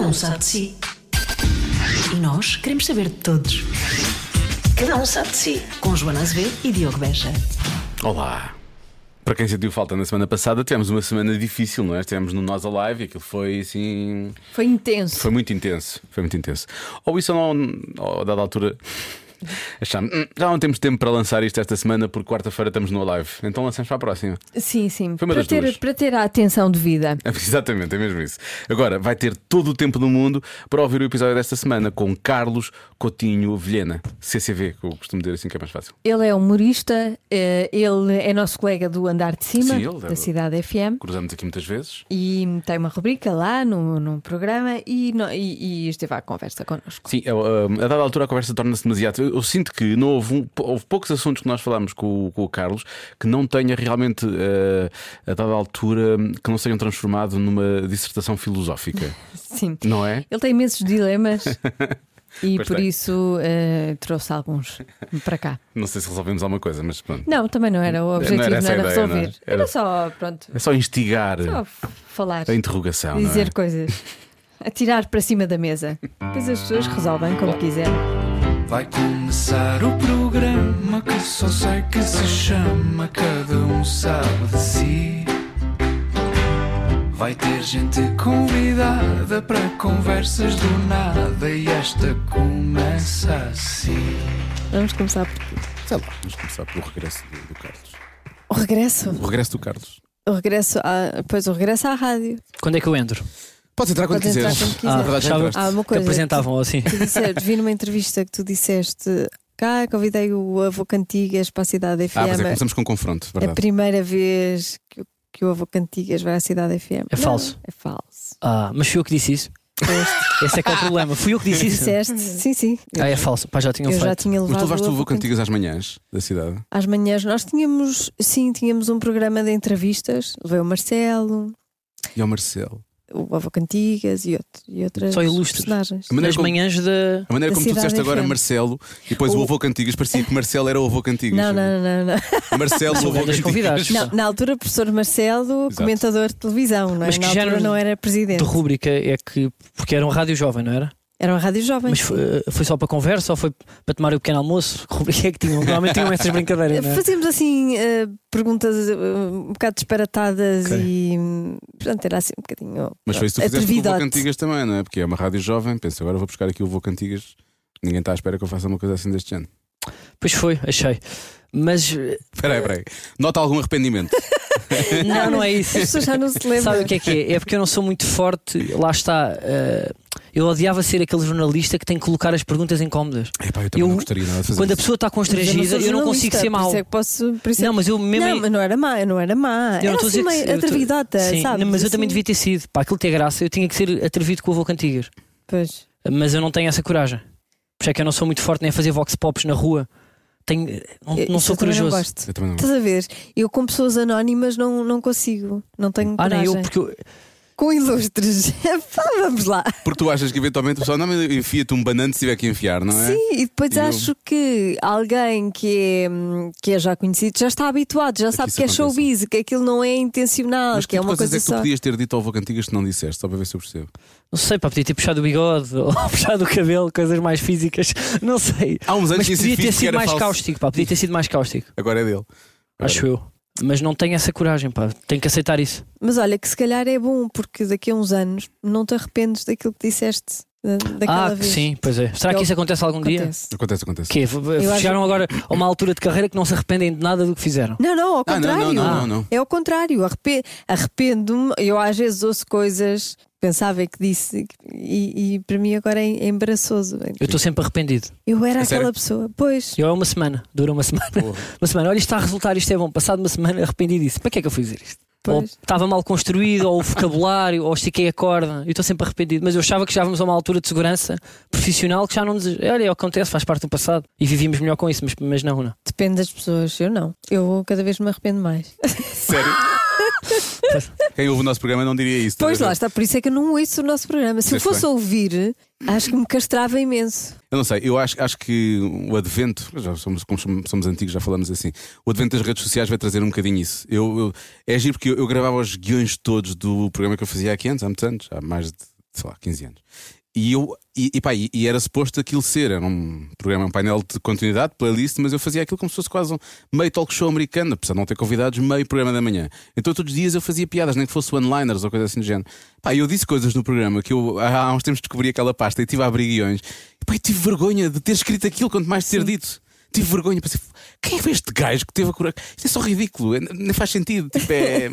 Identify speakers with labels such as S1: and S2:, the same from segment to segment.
S1: um sabe de si. E nós queremos saber de todos. Cada um sabe de si. Com Joana Azevedo e Diogo Beja.
S2: Olá! Para quem sentiu falta na semana passada, tivemos uma semana difícil, não é? Estivemos no Nós Alive e aquilo foi assim.
S3: Foi intenso.
S2: Foi muito intenso. Foi muito intenso. Ou isso ou não, ou a dada altura. Achámos, "Hum, já não temos tempo para lançar isto esta semana, porque quarta-feira estamos no Alive. Então lançamos para a próxima.
S3: Sim, sim.
S2: Foi uma
S3: Para
S2: das duas.
S3: ter, para ter a atenção devida.
S2: É, Exatamente, é mesmo isso. Agora, vai ter todo o tempo do mundo para ouvir o episódio desta semana com Carlos Coutinho Vilhena, CCV, que eu costumo dizer assim que é mais fácil.
S3: Ele é humorista, eh, ele é nosso colega do Andar de Cima,
S2: Sim, ele é-
S3: da Cidade FM.
S2: Cruzamos aqui muitas vezes.
S3: E tem uma rubrica lá no, no programa e, no- e- e esteve à conversa connosco.
S2: Sim, eu, hum, a dada altura a conversa torna-se demasiado. Eu, eu sinto que não houve, um- houve poucos assuntos que nós falámos com, o- com o Carlos que não tenha realmente, eh, a dada altura, hum, que não se tenham transformado numa dissertação filosófica,
S3: Sim.
S2: não é?
S3: Ele tem imensos dilemas e
S2: Pois
S3: por
S2: tem.
S3: isso eh, trouxe alguns para cá.
S2: Não sei se resolvemos alguma coisa, mas pronto.
S3: Não, também não era o objetivo, não
S2: era
S3: era,
S2: essa a ideia,
S3: resolver.
S2: não é?
S3: Era...
S2: Era-
S3: só, pronto,
S2: É só instigar
S3: só falar,
S2: a interrogação. não é?
S3: dizer coisas, atirar para cima da mesa. Depois as pessoas resolvem como quiserem.
S4: Vai começar o programa que só sei que se chama Cada um sabe de si. Vai ter gente convidada para conversas do nada e esta começa assim.
S3: Vamos começar por.
S2: Sei lá, Tá vamos começar pelo regresso do, do Carlos.
S3: O regresso.
S2: O regresso do Carlos.
S3: O regresso à... Pois o regresso à rádio.
S5: Quando é que eu entro?
S2: Podes entrar quando
S3: Podes entrar
S2: quiseres. Ah,
S3: quando quiseres.
S2: Na verdade, já
S5: Estava-
S2: entraste.
S3: Há Ah, uma
S5: Que
S3: coisa.
S5: apresentavam ou assim.
S3: Tu disseste, vi numa entrevista que tu disseste. Cá convidei o avô Cantigas para a cidade FM.
S2: Ah, pois é, começamos com confronto,
S3: É a
S2: verdade.
S3: primeira vez que, que o avô Cantigas vai à cidade FM.
S5: É
S3: Não,
S5: falso.
S3: É falso.
S5: Ah, mas fui eu que disse isso. Esse é que é o problema. Fui eu que disse isso.
S3: Disseste? Sim, sim.
S5: Ah, é falso. Pá, já tinham
S3: Eu já
S5: feito.
S3: tinha levado.
S2: Mas tu levaste o
S3: avô
S2: avô cantigas às manhãs da cidade.
S3: Às manhãs nós tínhamos, sim, tínhamos um programa de entrevistas. Levei o Marcelo,
S2: E ao Marcelo.
S3: o avô Cantigas e, outro, e outras
S5: Só ilustres.
S3: personagens.
S2: A maneira
S5: Nas
S2: como-
S5: manhãs da.
S2: A maneira
S3: Da
S2: como tu disseste
S3: Cidade
S2: agora é
S3: FM.
S2: Marcelo e depois o...
S3: O-
S2: avô Cantigas parecia que Marcelo era o avô Cantigas.
S3: Não, não, não, não.
S2: Marcelo, o
S5: São
S2: avô
S5: grandes
S2: Cantigas.
S5: convidados.
S3: Não, na altura, o professor Marcelo,
S2: Exato.
S3: comentador de televisão, não é?
S5: Mas que
S3: na altura
S5: género
S3: não era presidente.
S5: De rúbrica é que. Porque era um rádio jovem, não era?
S3: Era uma rádio jovem.
S5: Mas foi, eh, foi só para conversa ou foi para tomar o pequeno almoço? Que rúbrica é que tinham? Normalmente tinham essas brincadeiras, não é?
S3: Fazíamos assim eh, perguntas eh, um bocado disparatadas
S5: Ok.
S3: e. hum, Portanto, era assim um bocadinho.
S2: Mas foi isso que tu fizeste com o avô
S3: Atrevidote.
S2: Cantigas também, não é? Porque é uma rádio jovem. Pensa, agora vou buscar aqui o avô Cantigas. Ninguém está à espera que eu faça uma coisa assim deste género.
S5: Pois foi, achei. Mas eh,
S2: Espera aí, espera aí. Nota algum arrependimento.
S5: não, não é
S3: As
S5: isso.
S3: pessoas já não se lembram.
S5: Sabe o que é que é? É porque eu não sou muito forte, lá está. eh, eu odiava ser aquele jornalista que tem que colocar as perguntas incómodas.
S2: Epá, eu também
S5: Eu-
S2: não gostaria nada de fazer
S5: Quando a
S2: isso.
S5: pessoa está
S3: Mas eu
S5: constrangida,
S3: sou
S5: eu não consigo
S3: jornalista,
S5: ser
S3: Por
S5: mau.
S3: isso é que posso. por isso é
S5: Não,
S3: que-
S5: mas eu mesmo.
S3: não,
S5: em-
S3: mas não era má, eu não era má.
S5: Eu não
S3: era
S5: estou a
S3: assim
S5: dizer que
S3: meio
S5: se- eu estou-
S3: atrevidota,
S5: Sim,
S3: sabe?
S5: mas eu também
S3: Assim,
S5: devia ter sido. Para aquilo ter graça, eu tinha que ser atrevido com o avô Cantigas.
S3: Pois.
S5: Mas eu não tenho essa coragem. Por isso é que eu não sou muito forte nem a fazer vox pops na rua. Tenho, eh, não
S3: Eu-
S5: não
S3: isso
S5: sou
S3: eu também
S5: corajoso.
S3: Não gosto.
S2: Eu também não gosto.
S3: Estás a ver? Eu com pessoas anónimas não, não consigo. Não tenho
S5: ah,
S3: coragem.
S5: nem eu, porque eu-
S3: Com ilustres. Pá, Vamos lá.
S2: Porque tu achas que eventualmente o pessoal não mas enfia-te um banano se tiver que enfiar, não é?
S3: Sim, e depois
S2: E eu-
S3: acho que alguém que é, hum, que é já conhecido já está habituado, já sabe
S2: isso
S3: que é
S2: acontece.
S3: showbiz, que aquilo não é intencional,
S2: Mas
S3: que é uma
S2: coisas
S3: coisa
S2: é que tu
S3: só.
S2: podias ter dito ao avô Cantigas que não disseste, só para ver se eu percebo.
S5: não sei, para podia ter puxado o bigode ou puxado o cabelo, coisas mais físicas. Não sei.
S2: Há uns anos
S5: Mas
S2: tinha sido
S5: podia ter
S2: visto que
S5: sido
S2: era
S5: mais
S2: falso.
S5: cáustico, pá, podia ter sido mais cáustico,
S2: Agora é dele. Agora.
S5: acho eu. Mas não tenho essa coragem, pá. Tenho que aceitar isso.
S3: Mas olha, que se calhar é bom, porque daqui a uns anos não te arrependes daquilo que disseste da- daquela
S5: ah, que
S3: vez.
S5: sim, pois é. Será
S3: Eu-
S5: que isso acontece algum dia?
S3: Acontece.
S2: Acontece, acontece.
S5: Que é,
S3: Eu acho-
S5: chegaram agora a uma altura de carreira que não se arrependem de nada do que fizeram.
S3: Não, não, ao
S2: Ah, não,
S3: contrário.
S2: não, não, não, não.
S3: É ao contrário. Arrepe- Arrependo-me. Eu às vezes ouço coisas que pensava que disse e, e para mim agora é embaraçoso.
S5: Eu estou sempre arrependido.
S3: Eu era
S2: A
S3: aquela
S2: sério?
S3: pessoa. Pois.
S5: Eu é uma semana, dura uma semana.
S2: Porra.
S5: Uma semana, olha, isto está a resultar, isto é bom. Passado uma semana, arrependi disso. Para que é que eu fui dizer isto? Ou
S3: pois.
S5: estava mal construído, ou o vocabulário, ou estiquei a corda. Eu estou sempre arrependido. Mas eu achava que estávamos a uma altura de segurança profissional que já não desejo. Olha, acontece, faz parte do passado. E vivíamos melhor com isso, mas, mas não, não.
S3: Depende das pessoas. Eu não. Eu cada vez me arrependo mais.
S2: Sério? Quem ouve o nosso programa não diria isso.
S3: Pois
S2: estás a
S3: lá
S2: ver?
S3: está, por isso é que eu não ouço o nosso programa. Se eu
S2: Fizeste
S3: fosse
S2: bem.
S3: ouvir, acho que me castrava imenso.
S2: Eu não sei, eu acho, acho que o advento, já somos, como somos- somos antigos, já falamos assim, o advento das redes sociais vai trazer um bocadinho isso. Eu, eu- é giro porque eu, eu gravava os guiões todos do programa que eu fazia aqui antes, há muitos anos, há mais de sei lá, 15 anos. E eu, e, e pá, e, e era suposto aquilo ser, era um programa, um painel de continuidade, playlist, mas eu fazia aquilo como se fosse quase um meio talk show americano, apesar de não ter convidados, meio programa da manhã. Então todos os dias eu fazia piadas, nem que fosse one-liners ou coisa assim do género. Pá, eu disse coisas no programa que eu há uns tempos descobri aquela pasta e tive a abrir guiões. E pá, eu tive vergonha de ter escrito aquilo, quanto mais de ter dito. Tive vergonha, pensei, quem é que este gajo que teve a coragem? Isto é só ridículo, é- nem faz sentido, tipo, é,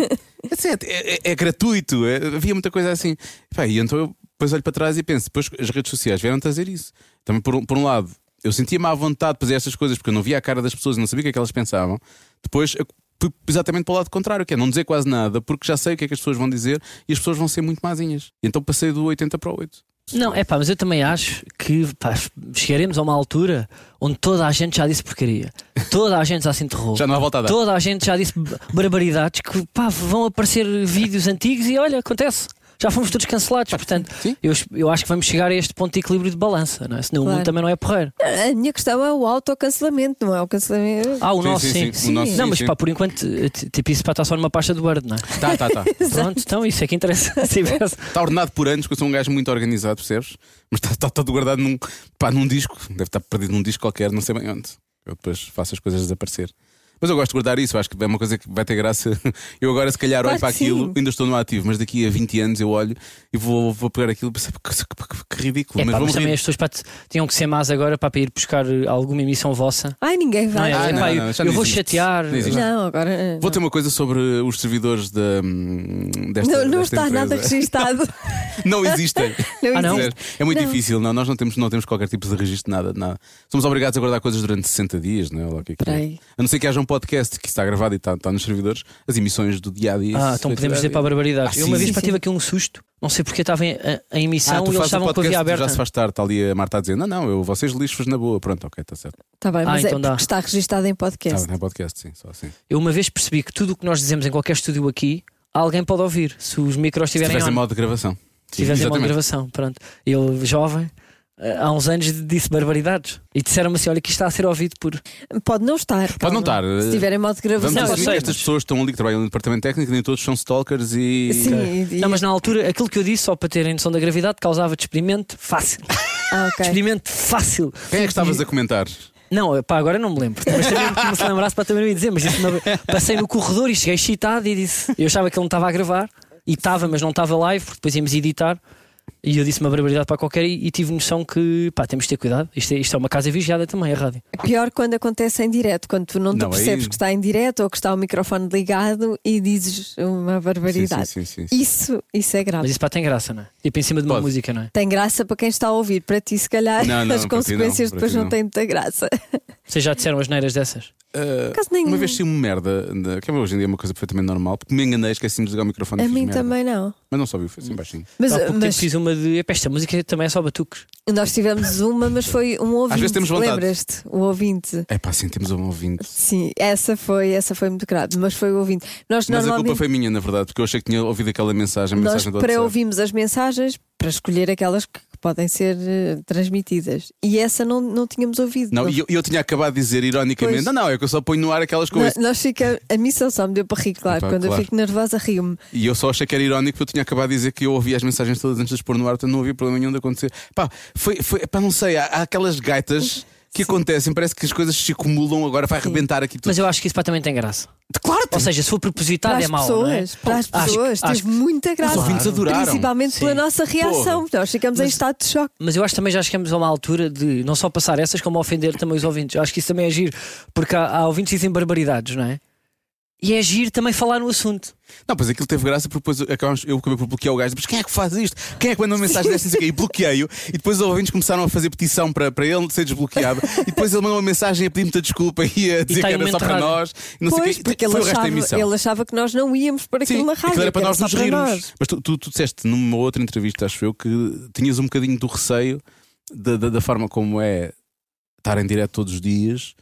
S2: é, certo, é- é- é gratuito, é- havia muita coisa assim. E, pá, e então eu depois olho para trás e penso, depois as redes sociais vieram trazer isso. Também por, um- por um lado, eu sentia-me à vontade de fazer estas coisas porque eu não via a cara das pessoas e não sabia o que é que elas pensavam. Depois eu fui exatamente para o lado contrário, que é não dizer quase nada, porque já sei o que é que as pessoas vão dizer e as pessoas vão ser muito mazinhas. E então passei do 80 para o 8.
S5: Não, é pá, mas eu também acho que pá, chegaremos a uma altura onde toda a gente já disse porcaria. Toda a gente já se enterrou.
S2: Já não há volta a dar.
S5: Toda a gente já disse b- barbaridades que pá, vão aparecer vídeos antigos e olha, acontece. Já fomos todos cancelados, portanto,
S2: sim.
S5: eu, es- eu acho que vamos chegar a este ponto de equilíbrio de balança, não é? Senão o
S3: Claro.
S5: mundo também não é porreiro.
S3: A minha questão é o autocancelamento, não é o cancelamento.
S5: Ah, o nosso sim.
S2: O
S3: Sim.
S2: nosso,
S5: Não, mas
S2: sim.
S5: pá, por enquanto, eh, t- tipo, isso pá, está só numa pasta do Word, não é?
S2: Tá, tá, tá.
S5: Pronto, então isso é que interessa. Se tivesse- É,
S2: Está ordenado por anos, porque eu sou um gajo muito organizado, percebes? Mas está, está todo guardado num, pá, num disco. Deve estar perdido num disco qualquer, não sei bem onde. Eu depois faço as coisas desaparecer. Mas eu gosto de guardar isso, acho que é uma coisa que vai ter graça. Eu agora, se calhar, olho
S3: Claro
S2: para
S3: que sim.
S2: aquilo, ainda estou no ativo, mas daqui a 20 anos eu olho e vou, vou pegar aquilo e percebo que, que- que- que ridículo.
S5: É, pá,
S2: vou
S5: mas também
S2: rir.
S5: as pessoas pá, t- tinham que ser más agora pá, para ir buscar eh, alguma emissão vossa.
S3: Ai, ninguém
S5: Não
S3: vai.
S5: é?
S2: Ah,
S5: É,
S2: não,
S5: pá,
S2: não,
S5: eu-
S2: não, já
S5: eu
S2: não
S5: vou
S2: existe.
S5: chatear.
S2: Não existe.
S3: Não, agora.
S2: Vou ter uma coisa sobre os servidores da, hum, desta.
S3: Não, não
S2: desta
S3: está nada
S2: empresa.
S3: assim. registado.
S2: Não existem.
S3: Não
S5: Ah, não?
S3: existe.
S2: É muito
S3: Não.
S2: difícil, não. Nós não temos, não temos qualquer tipo de registro, nada, de nada. Somos obrigados a guardar coisas durante 60 dias, não é? Lá o que é que é.
S3: Peraí.
S2: A não ser que haja um podcast que está gravado e está, está nos servidores, as emissões do dia a dia.
S5: Ah, então podemos dizer para a barbaridade.
S2: Ah,
S5: eu uma
S2: sim.
S5: vez
S2: Sim,
S5: pá,
S3: sim.
S5: tive aqui um susto. Não sei porque estava em, a- em
S2: Ah,
S5: emissão
S2: tu
S5: e eles
S2: fazes o
S5: estavam com a
S2: podcast,
S5: via aberta.
S2: já se faz tarde, está ali a Marta a dizer: Não, não, eu, vocês lixos na boa. Pronto, ok, está certo.
S3: Está bem,
S5: Ah,
S3: mas
S5: então
S3: é
S5: dá.
S3: porque está registado em
S2: Está
S3: podcast.
S2: bem, é podcast, sim, só assim.
S5: Eu uma vez percebi que tudo o que nós dizemos em qualquer estúdio aqui, alguém pode ouvir. Se os micros
S2: Se
S5: estiverem
S2: tivesse em
S5: on.
S2: modo de gravação.
S5: Se tivesse em modo de
S2: Exatamente.
S5: gravação. Pronto. Eu, jovem, eh, há uns anos disse barbaridades. E disseram-me assim: olha, que isto está a ser ouvido por.
S3: Pode não estar.
S2: Pode não
S3: calma.
S2: estar.
S3: Se tiver em modo de gravação.
S2: Vamos
S5: Não, eu
S2: assumir
S5: sei,
S2: que estas
S5: mas-
S2: pessoas que estão ali que trabalham no departamento técnico, nem todos são stalkers e.
S3: Sim, e-
S5: Não, mas na altura, aquilo que eu disse, só para terem noção da gravidade, causava experimento fácil.
S3: Ah, ok.
S5: Experimento fácil.
S2: Quem é que estavas a comentar?
S5: Não, pá, agora não me lembro. Mas também que me se lembrasse para também não ia dizer. Mas disse uma... vez- passei no corredor e cheguei excitado e disse. Eu achava que ele não estava a gravar e estava, mas não estava live, porque depois íamos editar. E eu disse uma barbaridade para qualquer e, e tive noção que pá, temos de ter cuidado. Isto é, isto é uma casa vigiada também, a rádio.
S3: É Pior quando acontece em direto, quando tu não,
S2: Não,
S3: te
S2: aí-
S3: percebes que está em direto ou que está o microfone ligado e dizes uma barbaridade.
S2: Sim, sim, sim, sim.
S3: Isso, isso é grave.
S5: Mas isso pá, tem graça, não é? Tipo em cima de uma
S2: Pode.
S5: música, não é?
S3: Tem graça para quem está a ouvir, para ti, se calhar,
S2: Não, não,
S3: as
S2: para ti
S3: consequências
S2: não, para
S3: depois
S2: ti
S3: não
S2: não.
S3: têm muita graça.
S5: Vocês já disseram as neiras dessas?
S2: Ah,
S3: Caso nenhum.
S2: Uma vez sim uma merda, na- que hoje em dia é uma coisa perfeitamente normal, porque me enganei, esqueci-me de ligar o microfone. e
S3: A
S2: fiz
S3: mim
S2: merda.
S3: também não.
S5: Tá,
S2: Mas não só viu, foi assim baixinho.
S3: Mas,
S5: Há pouco
S3: mas
S5: tempo fiz uma de. "Epá, Esta música também é só batuques.
S3: nós tivemos uma, mas foi um ouvinte.
S2: vezes temos vontade.
S3: Lembras-te? O ouvinte.
S2: É pá, sim, temos um ouvinte.
S3: Sim, essa foi, essa foi muito grave, mas foi o ouvinte. Nós
S2: Mas a
S3: normalmente
S2: culpa foi minha, na verdade, porque eu achei que tinha ouvido aquela mensagem, a
S3: nós
S2: mensagem do WhatsApp.
S3: pré-ouvimos as mensagens para escolher aquelas que podem ser eh, transmitidas. E essa não, não tínhamos ouvido.
S2: Não,
S3: Não-
S2: e eu, eu tinha acabado de dizer ironicamente:
S3: Pois.
S2: não, não, é que eu só ponho no ar aquelas
S3: Nó-
S2: coisas.
S3: Nós fica, a missão só me deu para rir, claro.
S2: Epá,
S3: Quando
S2: claro.
S3: eu fico nervosa, rio-me.
S2: E eu só achei que era irónico porque eu tinha acabado de dizer que eu ouvia as mensagens todas antes de as pôr no ar, portanto não havia problema nenhum de acontecer. Pá, foi, foi pá, não sei, há, há aquelas gaitas que acontecem, parece que as coisas se acumulam, agora vai arrebentar aqui tudo.
S5: Mas eu acho que isso pá, também tem graça.
S2: claro,
S5: Ou seja, se for
S3: Para
S2: Tá
S5: propositado
S3: as
S5: é mau. não é?
S3: pessoas, para as
S5: Acho-
S3: pessoas,
S5: acho
S3: teve muita graça.
S2: os ouvintes adoraram.
S3: Principalmente pela
S5: Sim.
S3: nossa reação, porque nós ficamos em
S5: Mas-
S3: estado de choque.
S5: Mas eu acho que também já chegamos a uma altura de não só passar essas, como ofender também os ouvintes. Eu acho que isso também é giro, porque há, há ouvintes que dizem barbaridades, não é? E é giro também falar no assunto.
S2: Não, pois aquilo teve graça porque depois acabamos, eu acabei por bloquear o gajo. Mas quem é que faz isto? Quem é que manda uma mensagem dessa? não sei o quê? E bloqueei-o. E depois os ouvintes começaram a fazer petição para, para ele ser desbloqueado. E depois ele mandou uma mensagem a pedir muita desculpa e a dizer
S5: está
S2: que
S5: em
S2: era
S5: momento
S2: só para
S5: rádio.
S2: nós. e Não
S3: pois,
S2: sei o quê.
S3: porque ele
S2: Foi o resto
S3: achava,
S2: da emissão.
S3: ele achava que nós não íamos para aquilo
S2: Sim,
S3: na
S2: aquilo
S3: rádio.
S2: era para
S3: que é
S2: nós
S3: só
S2: nos rirmos.
S3: nós.
S2: Mas tu, tu, tu disseste numa outra entrevista, acho eu, que tinhas um bocadinho do receio da, da, da forma como é estar em direto todos os dias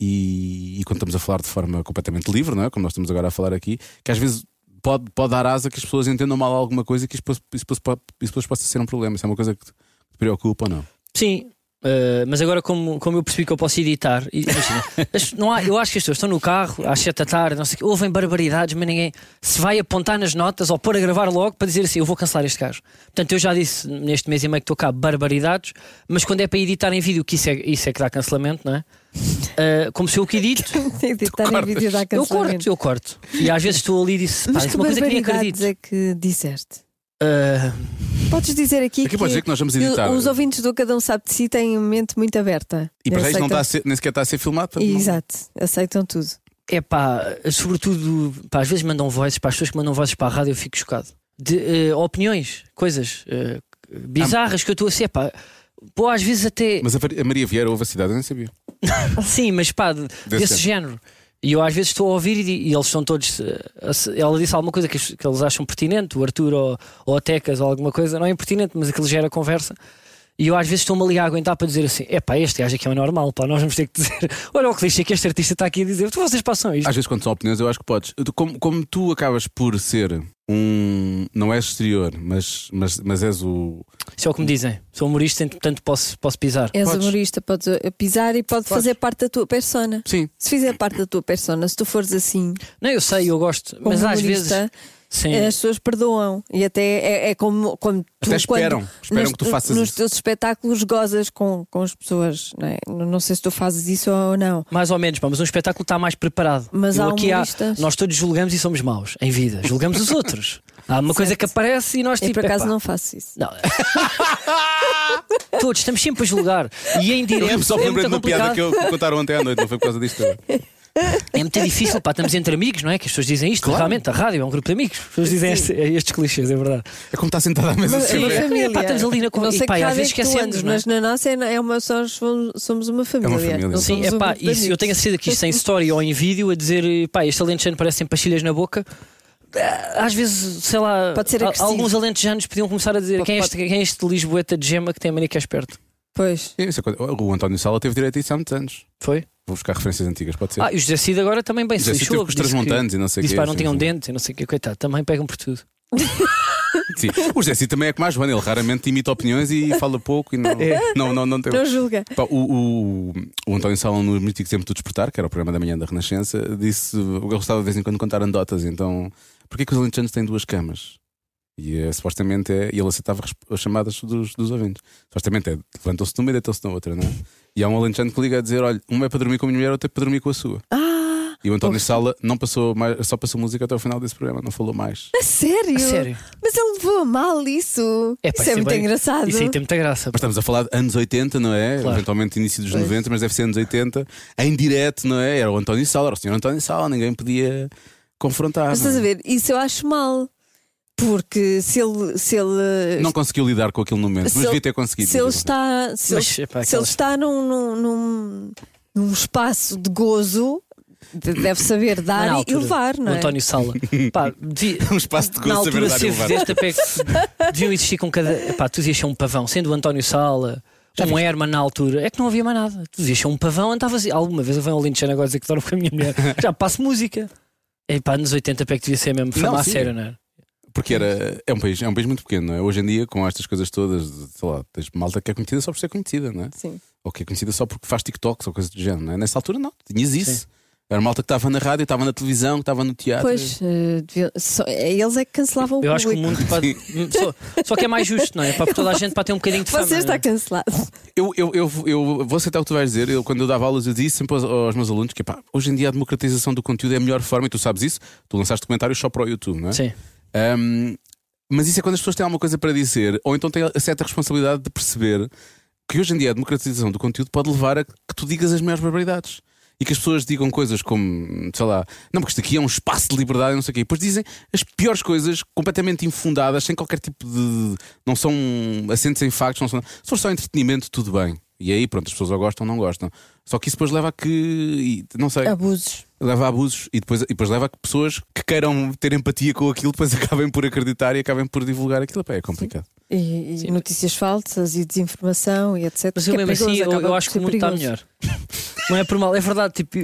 S2: e, e quando estamos a falar de forma completamente livre, não é? Como nós estamos agora a falar aqui, que às vezes. Pode, pode dar asa que as pessoas entendam mal alguma coisa e que isso, depois- isso, depois po- isso depois possa ser um problema. Isso é uma coisa que te preocupa ou não?
S5: Sim, Uh, mas agora, como, como eu percebi que eu posso editar, e- imagina, as- não há, eu acho que as pessoas estão no carro às 7 da tarde, não sei o quê, ouvem barbaridades, mas ninguém se vai apontar nas notas ou pôr a gravar logo para dizer assim: eu vou cancelar este gajo. Portanto, eu já disse neste mês e meio que estou cá barbaridades, mas quando é para editar em vídeo, que isso é, isso é que dá cancelamento, não é? Uh, como se eu que edito,
S3: Editar em vídeo dá
S5: eu corto,
S3: cancelamento.
S5: eu corto. E às vezes estou ali e disse: pá,
S3: Mas
S5: isso
S3: que
S5: é uma coisa que nem
S3: barbaridades
S5: acredito.
S3: é que disseste?
S5: Uh,
S3: Podes dizer aqui,
S2: Aqui pode dizer que nós vamos
S3: eu-
S2: editar.
S3: os ouvintes do Cada Um Sabe de Si têm uma mente muito aberta.
S2: E para já isto não está
S3: Aceitam-
S2: a ser- nem sequer está a ser filmado. portanto, não-
S3: Exato, aceitam tudo.
S5: É pá, sobretudo, pá, às vezes mandam vozes, para as pessoas que mandam vozes para a rádio eu fico chocado. De eh, opiniões, coisas eh, bizarras que eu estou a ser, pá. Pô, às vezes até.
S2: Mas a Var- a Maria Vieira ouve a cidade, eu nem sabia.
S5: Sim, mas pá, de- desse, género. E eu às vezes estou a ouvir e, di- e eles são todos. eh, a se- Ela disse alguma coisa que, as- que eles acham pertinente, o Arthur ou, ou a Tecas ou alguma coisa, não é impertinente, mas aquilo gera conversa. E eu às vezes estou-me ali a aguentar para dizer assim: é pá, este gajo aqui é um normal, pá, nós vamos ter que dizer. Olha o clichê que este artista está aqui a dizer, tu vocês passam isto.
S2: Às vezes, quando são opiniões, eu acho que podes. Tu- Como, como tu acabas por ser um. Não és exterior, mas, mas, mas és o.
S5: Isso é o que me dizem. Sou humorista, portanto posso, posso pisar.
S3: És
S2: Podes.
S3: humorista, podes eh, pisar e pode fazer parte da tua persona.
S2: Sim.
S3: Se fizer parte da tua persona, se tu fores assim,
S5: Não, eu sei, eu gosto.
S3: como
S5: Mas às vezes.
S3: humorista, eh,
S5: Sim.
S3: as pessoas perdoam. E até é, é como, como tu.
S2: Até esperam.
S3: quando
S2: Esperam
S3: nos
S2: que tu
S3: tu-
S2: faças
S3: Nos
S2: isso.
S3: teus espetáculos gozas com, com as pessoas. Não, é? N- não sei se tu fazes isso ou não.
S5: Mais ou menos, pá, mas um espetáculo está mais preparado.
S3: Mas
S5: Eu
S3: há
S5: aqui
S3: humoristas-
S5: Nós todos julgamos e somos maus em vida. Julgamos os outros. Há uma coisa que aparece e nós
S3: Eu
S5: tipo.
S3: por acaso
S5: epá,
S3: não faço isso.
S5: não. Todos estamos sempre a julgar. E em
S2: Eu
S5: direto.
S2: lembro só
S5: É
S2: me lembrei
S5: muito
S2: de uma piada
S5: complicado.
S2: que eu que contaram ontem à noite, não foi por causa disto. também.
S5: É muito difícil, pá, estamos entre amigos, não é? Que as pessoas dizem isto. Realmente, a rádio é um grupo de amigos. As pessoas dizem este- estes clichês, é verdade.
S2: É como estar sentado à mesa
S3: Mas
S2: assim.
S3: é uma
S2: não é?
S3: família.
S5: Epá, estamos ali na
S3: não
S5: conversa.
S3: sei
S5: Epá,
S3: que
S5: e às
S3: rádio
S5: vezes
S3: é que tu
S5: esquecemos,
S3: andas,
S5: não é?
S3: mas na nossa é, é uma, só somos, somos uma família.
S2: É família.
S3: Não
S2: Sim,
S5: Sim,
S3: somos
S5: é
S3: um
S5: pá,
S3: grupo de
S5: isso, eu
S3: amigos.
S5: tenho a certeza que isso em story ou em vídeo a dizer, pá, este alentejano parecem pastilhas na boca. Ah, Às vezes, sei lá,
S3: Pode ser
S5: a-
S3: agressivo.
S5: alguns alentejanos podiam começar a dizer
S3: Pode-
S5: quem é, este, quem é este Lisboeta de gema que tem a mania que é esperto.
S3: Pois.
S2: Isso é coisa- O António Sala teve direito a isso há muitos anos.
S5: Foi?
S2: Vou buscar referências antigas, pode ser.
S5: Ah, e o José Cid agora também bem se
S2: Já se teve
S5: lixou.
S2: com os
S5: disse que-
S2: transmontanos e não sei o
S5: Disse,
S2: quê,
S5: pá, não
S2: sim,
S5: tinham
S2: sim.
S5: dente, e não sei o que, coitado, também pegam por tudo.
S2: Sim. O Jesse também é como a Joana, ele raramente imita opiniões e fala pouco e não,
S5: É.
S2: não, não, não tem.
S3: Não julga.
S2: Pá, o, o, o António Salão, no mítico tempo do Despertar, que era o programa da manhã da Renascença, disse ele gostava de vez em quando de contar anedotas. Então, porquê que os alentejanos têm duas camas? E eh, supostamente é. E ele aceitava resp- as chamadas dos, dos ouvintes. Supostamente é. Levantou-se numa e deitou-se na outra, não é? E há um alentejano que liga a dizer: olha, uma é para dormir com a minha mulher, outra é para dormir com a sua.
S3: Ah,
S2: E o António Sala não passou mais, só passou música até o final desse programa, não falou mais.
S3: a sério?
S5: A sério.
S3: Mas ele levou a mal isso.
S5: É, pá,
S3: isso é muito
S5: bem-
S3: engraçado.
S5: Isso aí tem muita graça.
S2: Mas
S5: pá.
S2: estamos a falar de anos 80, não é?
S5: Claro.
S2: Eventualmente início dos
S3: Pois.
S2: 90, mas deve ser anos 80. Em direto, não é? Era o António Sala, era o senhor António Sala, ninguém podia confrontar.
S3: Mas estás
S2: não
S3: a
S2: é?
S3: ver, isso eu acho mal. Porque se ele. Se ele,
S2: é? Não conseguiu lidar com aquilo no momento,
S3: Se
S2: mas
S3: ele-
S2: devia ter conseguido.
S3: se ele está. Se,
S5: Mas,
S3: ele,
S5: epá,
S3: se ele
S5: aquelas-
S3: está num, num, num, num espaço de gozo, de- deve saber
S5: Mas
S3: dar
S5: na
S3: e-
S5: altura,
S3: e levar, não
S5: o
S3: é?
S5: António Sala. Pá, devia-
S2: Um espaço de
S5: na
S2: gozo saber
S5: altura
S2: dar e
S5: se
S2: levar.
S5: desta PEC deviam existir com cada. Epá, tu devias ser um pavão, sendo o António Sala, um Herman na altura, é que não havia mais nada. Tu devias ser um pavão, andavas. Alguma vez eu venho ao Lindchana agora dizer que dorme com a minha mulher, já passo música. Epá, nos 80 PEC devia ser mesmo fama
S2: Não,
S5: a
S2: sim.
S5: sério, não é?
S2: Porque era, é, um país, é um país muito pequeno, não é? Hoje em dia, com estas coisas todas, sei lá, tens malta que é conhecida só por ser conhecida, não é?
S3: Sim.
S2: Ou que é conhecida só porque faz TikToks ou coisa do género, não é? Nessa altura, não. Tinhas isso. Era malta que estava na rádio, estava na televisão, que estava no teatro.
S3: Pois, eh, devia- só- eles é que cancelavam o
S5: Eu acho que o
S3: público.
S5: mundo. pá, só, só que é mais justo, não é? Para toda a gente para ter um bocadinho de fama.
S3: Você
S5: não
S3: está
S5: é?
S3: cancelado.
S2: Eu, eu, eu, eu vou aceitar o que tu vais dizer. Eu, quando eu dava aulas, eu disse sempre aos, aos meus alunos que pá, hoje em dia a democratização do conteúdo é a melhor forma, e tu sabes isso, tu lançaste comentários só para o YouTube, não é?
S5: Sim.
S2: Ahm, mas isso é quando as pessoas têm alguma coisa para dizer, ou então têm a certa responsabilidade de perceber que hoje em dia a democratização do conteúdo pode levar a que tu digas as maiores barbaridades. E que as pessoas digam coisas como, sei lá, não, porque isto aqui é um espaço de liberdade, e não sei o quê. E depois dizem as piores coisas, completamente infundadas, sem qualquer tipo de. Não são assentes em factos, não são. Se for só entretenimento, tudo bem. E aí, pronto, as pessoas ou gostam ou não gostam. Só que isso depois leva a que. e Não sei
S3: Abusos.
S2: leva a abusos e depois, e depois leva a que pessoas que queiram ter empatia com aquilo depois acabem por acreditar e acabem por divulgar aquilo. Pá, é complicado.
S3: E, e
S5: Sim.
S3: notícias falsas e desinformação e etc.
S5: Mas eu
S3: que é
S5: mesmo assim,
S3: perigoso,
S5: eu,
S3: acaba
S5: eu
S3: por
S5: acho que
S3: ser
S5: o mundo está
S3: perigoso.
S5: melhor. Não é por mal, é verdade. Tipo,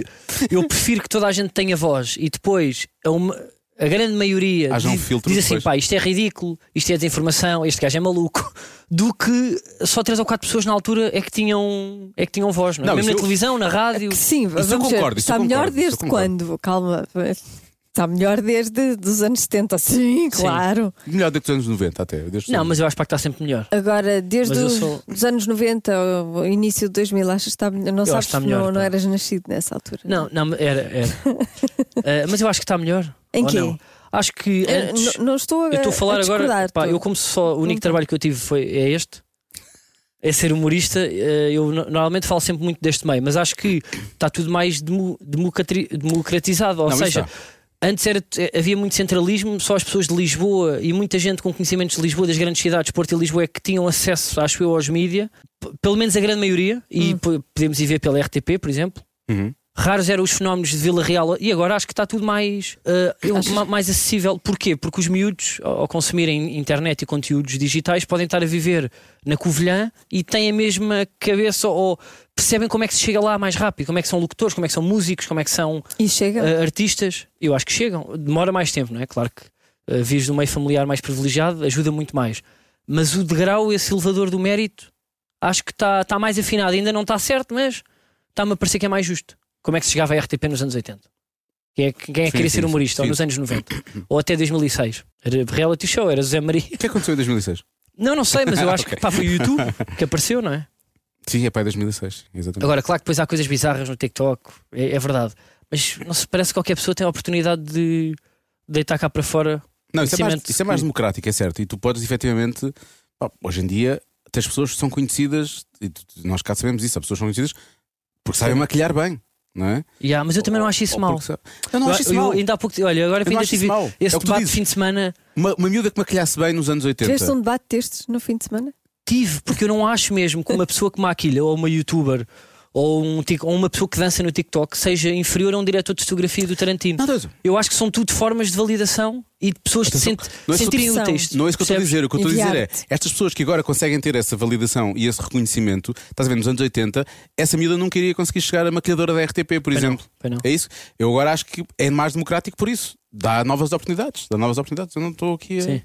S5: eu prefiro que toda a gente tenha voz e depois a uma- a grande maioria
S2: Haja um
S5: diz,
S2: filtro
S5: diz assim:
S2: depois.
S5: pá, isto é ridículo, isto é desinformação, este gajo é maluco, do que só três ou quatro pessoas na altura é que tinham, é que tinham voz, não é?
S2: Não,
S5: Mesmo na
S2: isso eu-
S5: televisão, na rádio.
S3: É Que Sim,
S2: eu
S3: vamos ver.
S2: concordo, isso eu
S3: Está melhor
S2: concordo, isso eu
S3: desde
S2: concordo.
S3: quando? Calma. Está melhor desde os anos 70. Sim, claro.
S2: Melhor do que os anos 90 até. desde
S5: Não,
S2: sempre.
S5: mas eu acho pá, que está sempre melhor.
S3: Agora, desde
S5: Mas eu
S3: os
S5: sou-
S3: dos anos 90 ao início de 2000, achas que está melhor? Não
S5: acho
S3: sabes
S5: que está
S3: que
S5: melhor,
S3: não, não
S5: pá.
S3: eras nascido nessa altura.
S5: Não, não, era. era. Ah, mas eu acho que está melhor.
S3: Em
S5: Ou
S3: quê? Eh,
S5: não? Acho que
S3: Eu
S5: antes.
S3: não, não estou a
S5: Eu estou a falar agora.
S3: discordar,
S5: Pá,
S3: estou-
S5: eu, como só. O único trabalho que eu tive foi, é este. É ser humorista. eh, Eu no- normalmente falo sempre muito deste meio, mas acho que está tudo mais demo- democratri- democratizado. Ou
S2: Não, mas
S5: seja,
S2: está.
S5: antes era, eh, havia muito centralismo, só as pessoas de Lisboa e muita gente com conhecimentos de Lisboa, das grandes cidades, Porto e Lisboa, é que tinham acesso, acho eu, aos mídia. P- Pelo menos a grande maioria. E
S3: Hum.
S5: p- podemos ir ver pela RTP, por exemplo.
S2: Uhum.
S5: Raros eram os fenómenos de Vila Real e agora acho que está tudo mais, ah, eu- ma- mais acessível. Porquê? Porque os miúdos, ao ao consumirem internet e conteúdos digitais, podem estar a viver na Covilhã e têm a mesma cabeça ou percebem como é que se chega lá mais rápido, como é que são locutores, como é que são músicos, como é que são
S3: E chega.
S5: ah, artistas. Eu acho que chegam. Demora mais tempo, não é? Claro que ah, vires de um meio familiar mais privilegiado ajuda muito mais. Mas o degrau, esse elevador do mérito, acho que está está mais afinado. Ainda não está certo, mas está-me a parecer que é mais justo. Como é que se chegava a RTP nos anos 80? Quem é, que- quem é que
S2: Sim,
S5: queria
S2: sim,
S5: ser
S2: sim.
S5: humorista? Ou nos anos 90? ou até 2006? Era reality show, era José Maria.
S2: O que aconteceu em 2006?
S5: Não, não sei, mas eu acho
S2: Ok.
S5: que pá, foi o YouTube que apareceu, não é?
S2: Sim, é para 2006. Exatamente.
S5: Agora, claro que depois há coisas bizarras no TikTok, é, é verdade. Mas não se parece que qualquer pessoa tem a oportunidade de deitar cá para fora.
S2: Não, isso é, mais,
S5: Conhecimento-
S2: isso é mais democrático, é certo. E tu podes efetivamente. pá, hoje em dia, até as pessoas são conhecidas, e tu- tu- nós cá sabemos isso, as pessoas são conhecidas porque sabem maquilhar bem, não é?
S5: Yeah, mas eu também não
S2: Ou-
S5: acho isso
S2: ou
S5: mal.
S2: Oh, porque sa- Eu não acho isso
S5: eu,
S2: mal.
S5: Ainda há pouco, olha, agora
S2: não
S5: ainda
S2: acho isso
S5: tive
S2: mal. É
S5: esse
S2: o que tu
S5: debate de
S2: dizes.
S5: fim de semana.
S2: Uma, uma miúda que maquilhasse bem nos anos 80.
S3: Tiveste um debate destes no fim de semana?
S5: Tive, porque eu não acho mesmo que uma pessoa que maquilha ou uma youtuber ou, um tic- ou uma pessoa que dança no TikTok seja inferior a um diretor de fotografia do Tarantino.
S2: Não, não, não,
S5: Eu acho que são tudo formas de validação e de pessoas que se
S2: Atenção,
S5: sent-
S2: não é só
S5: sentirem
S3: pressão.
S5: úteis.
S2: não é isso que eu estou a
S5: percebes?
S2: dizer. O que eu estou a dizer é
S3: Enviar-te.
S2: estas pessoas que agora conseguem ter essa validação e esse reconhecimento, estás a ver, nos anos 80, essa miúda nunca iria conseguir chegar a maquilhadora da RTP, por
S5: Pois não,
S2: exemplo.
S5: pois não.
S2: É isso. Eu agora acho que é mais democrático por isso. Dá novas oportunidades. Dá novas oportunidades. Eu não estou aqui a.
S5: Sim.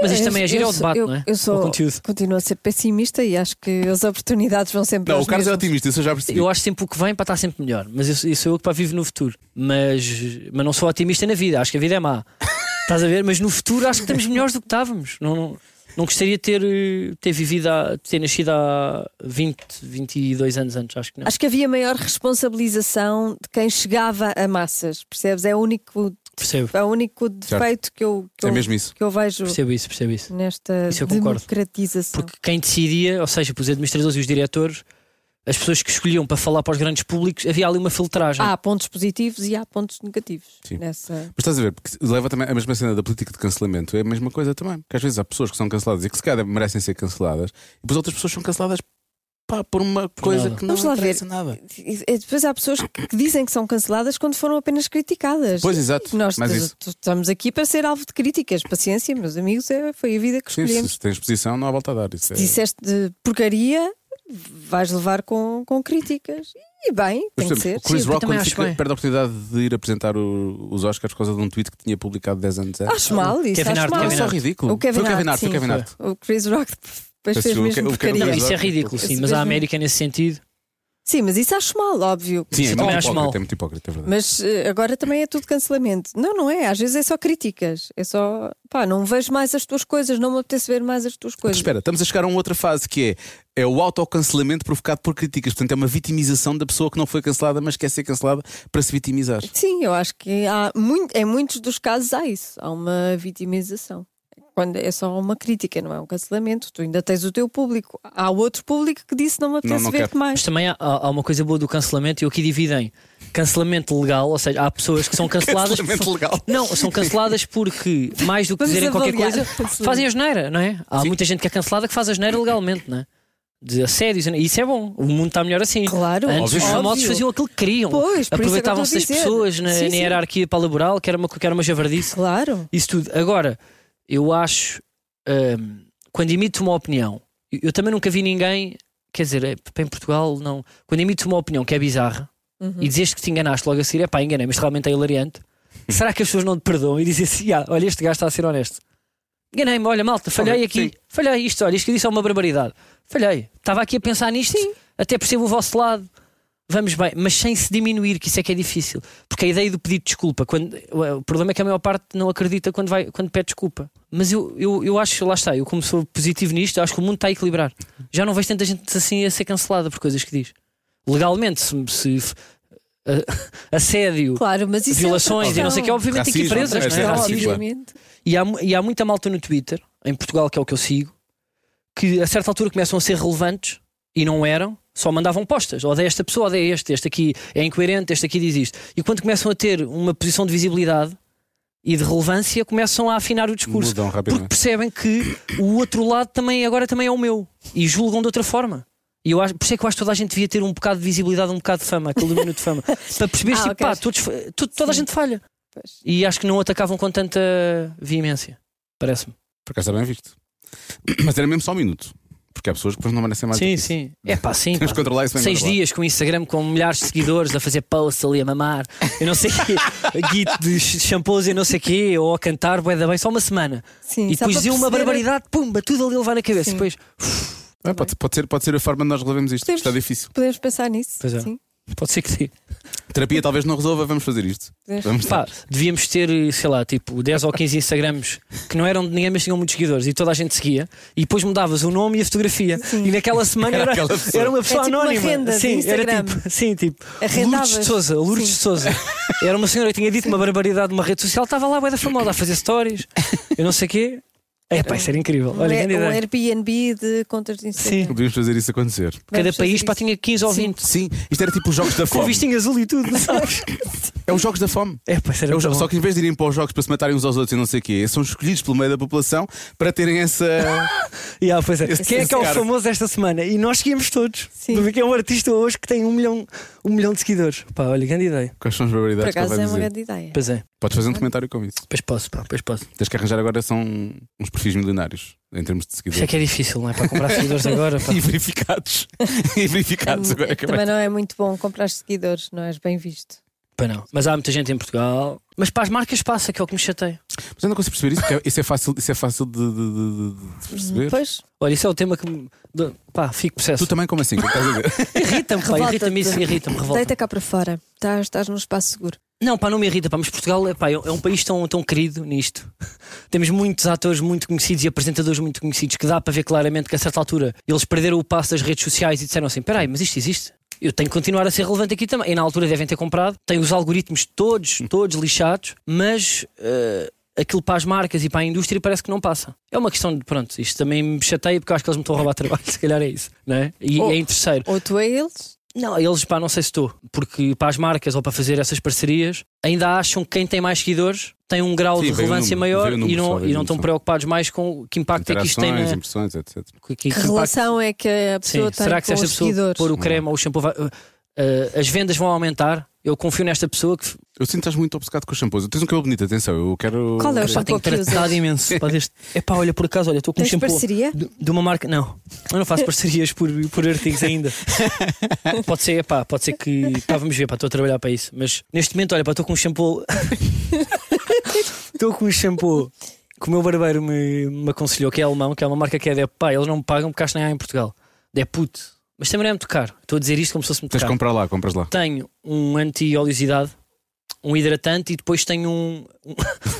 S5: Mas isto também é giro
S3: eu
S5: ao
S3: sou-
S5: debate,
S3: eu,
S5: não é?
S3: Eu
S5: Ao
S3: sou,
S5: conteúdo.
S3: continuo a ser pessimista e acho que as oportunidades vão sempre
S2: Não,
S3: aos
S2: o Carlos é
S3: mesmos.
S2: otimista, isso eu já percebi.
S5: Eu acho sempre o que vem para estar sempre melhor. Mas isso, isso eu que para vivo no futuro. Mas, mas não sou otimista na vida. Acho que a vida é má. Estás a ver? Mas no futuro acho que estamos melhores do que estávamos. Não, não, não gostaria de ter, eh, ter vivido, há, ter nascido há 20, 22 anos antes. Acho que não.
S3: Acho que havia maior responsabilização de quem chegava a massas, percebes? É o único,
S5: Percebo,
S3: é o único defeito que eu, que,
S2: É
S3: eu,
S2: mesmo isso.
S3: que eu vejo
S5: percebo isso, percebo isso.
S3: nesta
S5: Isso eu concordo.
S3: democratização.
S5: Porque quem decidia, ou seja, para os administradores e os diretores, as pessoas que escolhiam para falar para os grandes públicos, havia ali uma filtragem.
S3: Há pontos positivos e há pontos negativos
S2: Sim.
S3: nessa.
S2: Mas estás a ver, porque leva também a mesma cena da política de cancelamento, é a mesma coisa também. Porque às vezes há pessoas que são canceladas e que se calhar merecem ser canceladas, e depois outras pessoas são canceladas pá, por uma coisa
S5: nada.
S2: que não
S3: Vamos lá
S2: interessa
S3: ver.
S2: nada.
S3: E e depois há pessoas que que dizem que são canceladas quando foram apenas criticadas.
S2: Pois, exato.
S3: Nós
S2: Mas
S3: t-
S2: isso.
S3: t- estamos aqui para ser alvo de críticas. Paciência, meus amigos, é- foi a vida que
S2: Sim, se
S3: escolhemos.
S2: se tens posição, não há volta a dar. Isso é-
S3: Disseste de porcaria, vais levar com, com críticas. E bem,
S2: Mas,
S3: tem
S2: por
S3: que
S2: exemplo,
S3: ser.
S2: o Chris
S5: Sim, eu
S2: Rock,
S5: também
S2: quando
S5: acho
S2: fica,
S5: bem.
S2: perde a oportunidade de ir apresentar o- os Oscars por causa de um tweet que tinha publicado 10 anos antes.
S3: Acho mal isso.
S5: Kevin
S3: acho
S5: Hart,
S3: mal.
S2: é
S5: Kevin
S2: só
S5: Hart.
S2: ridículo.
S3: O Kevin
S2: foi o Kevin
S3: Hart,
S2: Hart, foi o
S3: sim.
S2: Kevin Hart.
S3: O Chris Rock depois fez
S2: Sim, o Ke-
S3: mesmo
S2: o Kevin
S5: Não,
S3: porcaria.
S2: Hart.
S5: isso é
S2: Exato.
S5: ridículo, sim.
S3: Esse
S5: Mas a
S3: mesmo-
S5: América, nesse sentido,
S3: Sim, mas isso acho mal, óbvio.
S2: Sim, é
S5: também
S2: muito
S5: acho mal.
S2: hipócrita, é muito hipócrita, é verdade.
S3: Mas eh, agora também é tudo cancelamento. Não, não é. Às vezes é só críticas. É só, pá, não vejo mais as tuas coisas, não me apetece ver mais as tuas
S2: Mas
S3: coisas.
S2: espera, estamos a chegar a uma outra fase que é, é o autocancelamento provocado por críticas. Portanto, é uma vitimização da pessoa que não foi cancelada, mas quer ser cancelada para se vitimizar.
S3: Sim, eu acho que há muito, em muitos dos casos há isso. Há uma vitimização. Quando é só uma crítica, não é um cancelamento. Tu ainda tens o teu público. Há outro público que disse não me apetece
S2: não
S3: ver-te
S2: quero.
S5: Mas
S3: mais.
S5: também há, há uma coisa boa do cancelamento e eu aqui dividem cancelamento legal, ou seja, há pessoas que são canceladas.
S2: Cancelamento legal.
S5: Não, são canceladas porque, mais do que
S3: Vamos
S5: dizerem qualquer
S3: avaliar.
S5: coisa, fazem a geneira, não é? Há
S2: Sim.
S5: muita gente que é cancelada que faz a geneira legalmente, não é? De assédios, e isso é bom, o mundo está melhor assim.
S3: Claro,
S5: Antes
S2: Óbvio.
S5: os famosos
S3: Óbvio.
S5: faziam aquilo que queriam,
S3: Pois, por isso é que eu
S5: aproveitavam-se das
S3: estou a dizer.
S5: pessoas na,
S3: Sim,
S5: na
S3: sim.
S5: hierarquia para laboral, que era uma, que era uma javardice
S3: Claro.
S5: isso tudo. Agora, eu acho, hum, quando emito uma opinião, eu- eu também nunca vi ninguém, quer dizer, é, pá, em Portugal, não. Quando emito uma opinião que é bizarra e dizes que te enganaste logo a seguir, é pá, enganei, mas realmente é hilariante. será que as pessoas não te perdoam? E dizem assim: ah, olha, este gajo está a ser honesto. Enganei-me, olha, malta, falhei
S2: Olha,
S5: aqui,
S2: sim.
S5: falhei isto, olha, isto que eu disse é uma barbaridade. Falhei, estava aqui a pensar nisto, até percebo o vosso lado. Vamos bem, mas sem se diminuir, que isso é que é difícil. Porque a ideia do pedido de desculpa, quando, o problema é que a maior parte não acredita quando, vai, quando pede desculpa. Mas eu, eu, eu acho, lá está, eu como sou positivo nisto, eu acho que o mundo está a equilibrar. Já não vejo tanta gente assim a ser cancelada por coisas que diz. Legalmente, se, se f- a- assédio,
S3: Claro, mas isso é
S5: violações e não sei o que, é obviamente tem que ir
S2: Racismo,
S5: presas,
S2: é
S5: não é?
S2: racismo.
S5: Racismo.
S3: Obviamente.
S5: E há, mu- e há muita malta no Twitter, em Portugal, que é o que eu sigo, que a certa altura começam a ser relevantes e não eram, só mandavam postas. Odeia esta pessoa, odeia este, este aqui é incoerente, este aqui diz isto. E quando começam a ter uma posição de visibilidade e de relevância, começam a afinar o discurso.
S2: Mudam
S5: Porque
S2: rapidamente.
S5: percebem que o outro lado também agora também é o meu e julgam de outra forma. E eu acho, por isso é que eu acho que toda a gente devia ter um bocado de visibilidade, um bocado de fama, aquele do minuto de fama, para perceber
S3: Ah,
S5: tipo,
S3: ok.
S5: pá, todos fa- tu- toda a
S3: Sim.
S5: gente falha.
S3: Pois.
S5: E acho que não atacavam com tanta veemência, parece-me.
S2: Por acaso está bem visto. Mas era mesmo só um minuto. Porque há pessoas que depois não merecem mais. do que
S5: Sim,
S2: isso.
S5: sim. É pá, sim.
S2: Temos
S5: pá.
S2: que controlar isso bem é
S5: Seis
S2: controlado.
S5: dias com o Instagram com milhares de seguidores a fazer posts ali a mamar, eu não sei o quê, git de sh- shampoos e não sei o quê, ou a cantar, bué da bem, só uma semana.
S3: Sim,
S5: e
S3: só
S5: depois
S3: para
S5: diziam uma
S3: perceber-
S5: barbaridade, pumba, tudo ali a levar na cabeça.
S3: Sim.
S5: Depois,
S2: É, pode, pode ser, pode ser a forma de nós resolvemos isto.
S3: Temos-
S2: Está difícil.
S3: Podemos pensar nisso.
S5: Pois é.
S3: Sim.
S5: pode ser que sim.
S2: Terapia talvez não resolva, vamos fazer isto.
S3: Podemos-
S2: Vamos
S5: Pá, devíamos ter, sei lá, tipo 10 ou 15 Instagrams que não eram de ninguém, mas tinham muitos seguidores e toda a gente seguia. E depois mudavas o nome e a fotografia. E naquela semana
S2: Era
S5: era,
S2: aquela pessoa.
S5: era uma pessoa
S3: É tipo uma
S5: anónima.
S3: renda de
S5: sim, era
S3: Instagram.
S5: tipo, sim, tipo
S3: Arrendavas.
S5: Lourdes de Souza. Lourdes de
S3: Sim.
S5: Souza. Era uma senhora que tinha dito uma barbaridade numa rede social, estava lá, bué da famosa, a fazer stories. Eu não sei o quê. É, pá, isso era incrível. Olha, grande
S3: um
S5: ideia.
S3: Airbnb de contas de Instagram.
S5: Sim.
S2: Podíamos fazer isso acontecer.
S5: Cada
S3: Vamos fazer
S5: país pá,
S3: isso.
S5: tinha 15 ou
S3: Sim.
S5: 20.
S2: Sim, isto era tipo os jogos da
S5: Com
S2: fome.
S5: vistinho azul e tudo, não sabes?
S2: É os jogos da fome.
S5: É, pá, isso era
S2: É os
S5: muito
S2: jo-
S5: bom.
S2: só que em vez de irem para os jogos para se matarem uns aos outros e não sei o quê, esses são escolhidos pelo meio da população para terem essa.
S5: Yeah, pois é.
S2: Esse-
S5: Quem é
S2: esse
S5: que é o
S2: cara.
S5: famoso esta semana? E nós seguimos todos.
S3: Sim.
S5: Porque é um artista hoje que tem um milhão, um milhão de seguidores. Pá, olha, grande ideia.
S2: Quais são as
S3: Por
S2: barbaridades que ele
S3: acaso
S2: vai
S3: é uma
S2: dizer?
S3: grande ideia.
S5: Pois é.
S2: Podes fazer um documentário com isso.
S5: Pois posso, pá, pois posso.
S2: Tens que arranjar agora são uns perfis milionários em termos de
S5: Isso é
S2: seguidores.
S5: que é difícil, não é? Para comprar seguidores agora. Pá.
S2: E verificados. e verificados
S3: É-
S2: agora
S3: é-
S2: que vai-
S3: também não é muito bom comprar seguidores, não és bem visto.
S5: Pá, não. Mas há muita gente em Portugal. Mas para as marcas passa, que é o que me chateia.
S2: Mas eu não consigo perceber isso, porque isso é fácil, isso é fácil de, de- de- de perceber.
S3: Pois,
S5: Olha, isso é o tema que me. de- Pá, fico
S2: Tu
S5: processo.
S2: também, como assim? O que estás a dizer?
S5: Irrita-me, pá,
S3: Revolta-te.
S5: irrita-me isso, irrita-me, revolta.
S3: deita cá para fora. Estás, estás num espaço seguro.
S5: Não, pá, não me irrita, pá, mas Portugal é, pá, é um país tão, tão querido nisto. Temos muitos atores muito conhecidos e apresentadores muito conhecidos que dá para ver claramente que a certa altura eles perderam o passo das redes sociais e disseram assim: peraí, mas isto existe? Eu tenho que continuar a ser relevante aqui também. E na altura devem ter comprado, tem os algoritmos todos, todos lixados, mas eh, aquilo para as marcas e para a indústria parece que não passa. É uma questão de, pronto, isto também me chateia porque eu acho que eles me estão a roubar trabalho, se calhar é isso, não é? E
S3: Oh.
S5: é em terceiro.
S3: Ou tu é eles,
S5: Não, eles, pá, não sei se estou, porque para as marcas ou para fazer essas parcerias, ainda acham que quem tem mais seguidores tem um grau
S2: Sim,
S5: de
S2: veio o
S5: relevância
S2: número,
S5: maior
S2: veio o número
S5: e, não,
S2: só, veio
S5: e
S2: o
S5: não
S2: número
S5: estão
S2: só.
S5: preocupados mais com que impacto é que isto tem na.
S2: Interações, impressões, etc.
S5: Que,
S3: que,
S5: que impacto-
S3: relação é que a pessoa tem
S5: Será que se
S3: com
S5: esta
S3: os
S5: pessoa
S3: seguidores?
S5: pôr um o creme ou o shampoo, vai- uh, uh, as vendas vão aumentar? Eu confio nesta pessoa que
S2: Eu sinto que estás muito obcecado com os shampoos. Tens um cabelo bonito, atenção. Eu quero.
S3: Qual é o
S5: pá,
S3: shampoo
S5: tenho
S3: que usas?
S5: tratado imenso. Pá, deste... Epá, olha, por acaso, olha, estou com um
S3: Tens
S5: shampoo.
S3: parceria?
S5: De, de uma marca. Não, eu não faço parcerias por, por artigos ainda. pode ser, pá, pode ser que. Pá, vamos ver, pá, estou a trabalhar para isso. Mas neste momento, olha, pá, estou com um shampoo. Estou com um shampoo que o meu barbeiro me, me aconselhou, que é alemão, que é uma marca que é de pá, eles não me pagam porque acho que nem há em Portugal. De puto. Mas também não é muito caro. Estou a dizer isto como se fosse muito
S2: Tens de
S5: caro.
S2: comprar lá, compras lá.
S5: Tenho um anti-oleosidade, um hidratante e depois tenho um,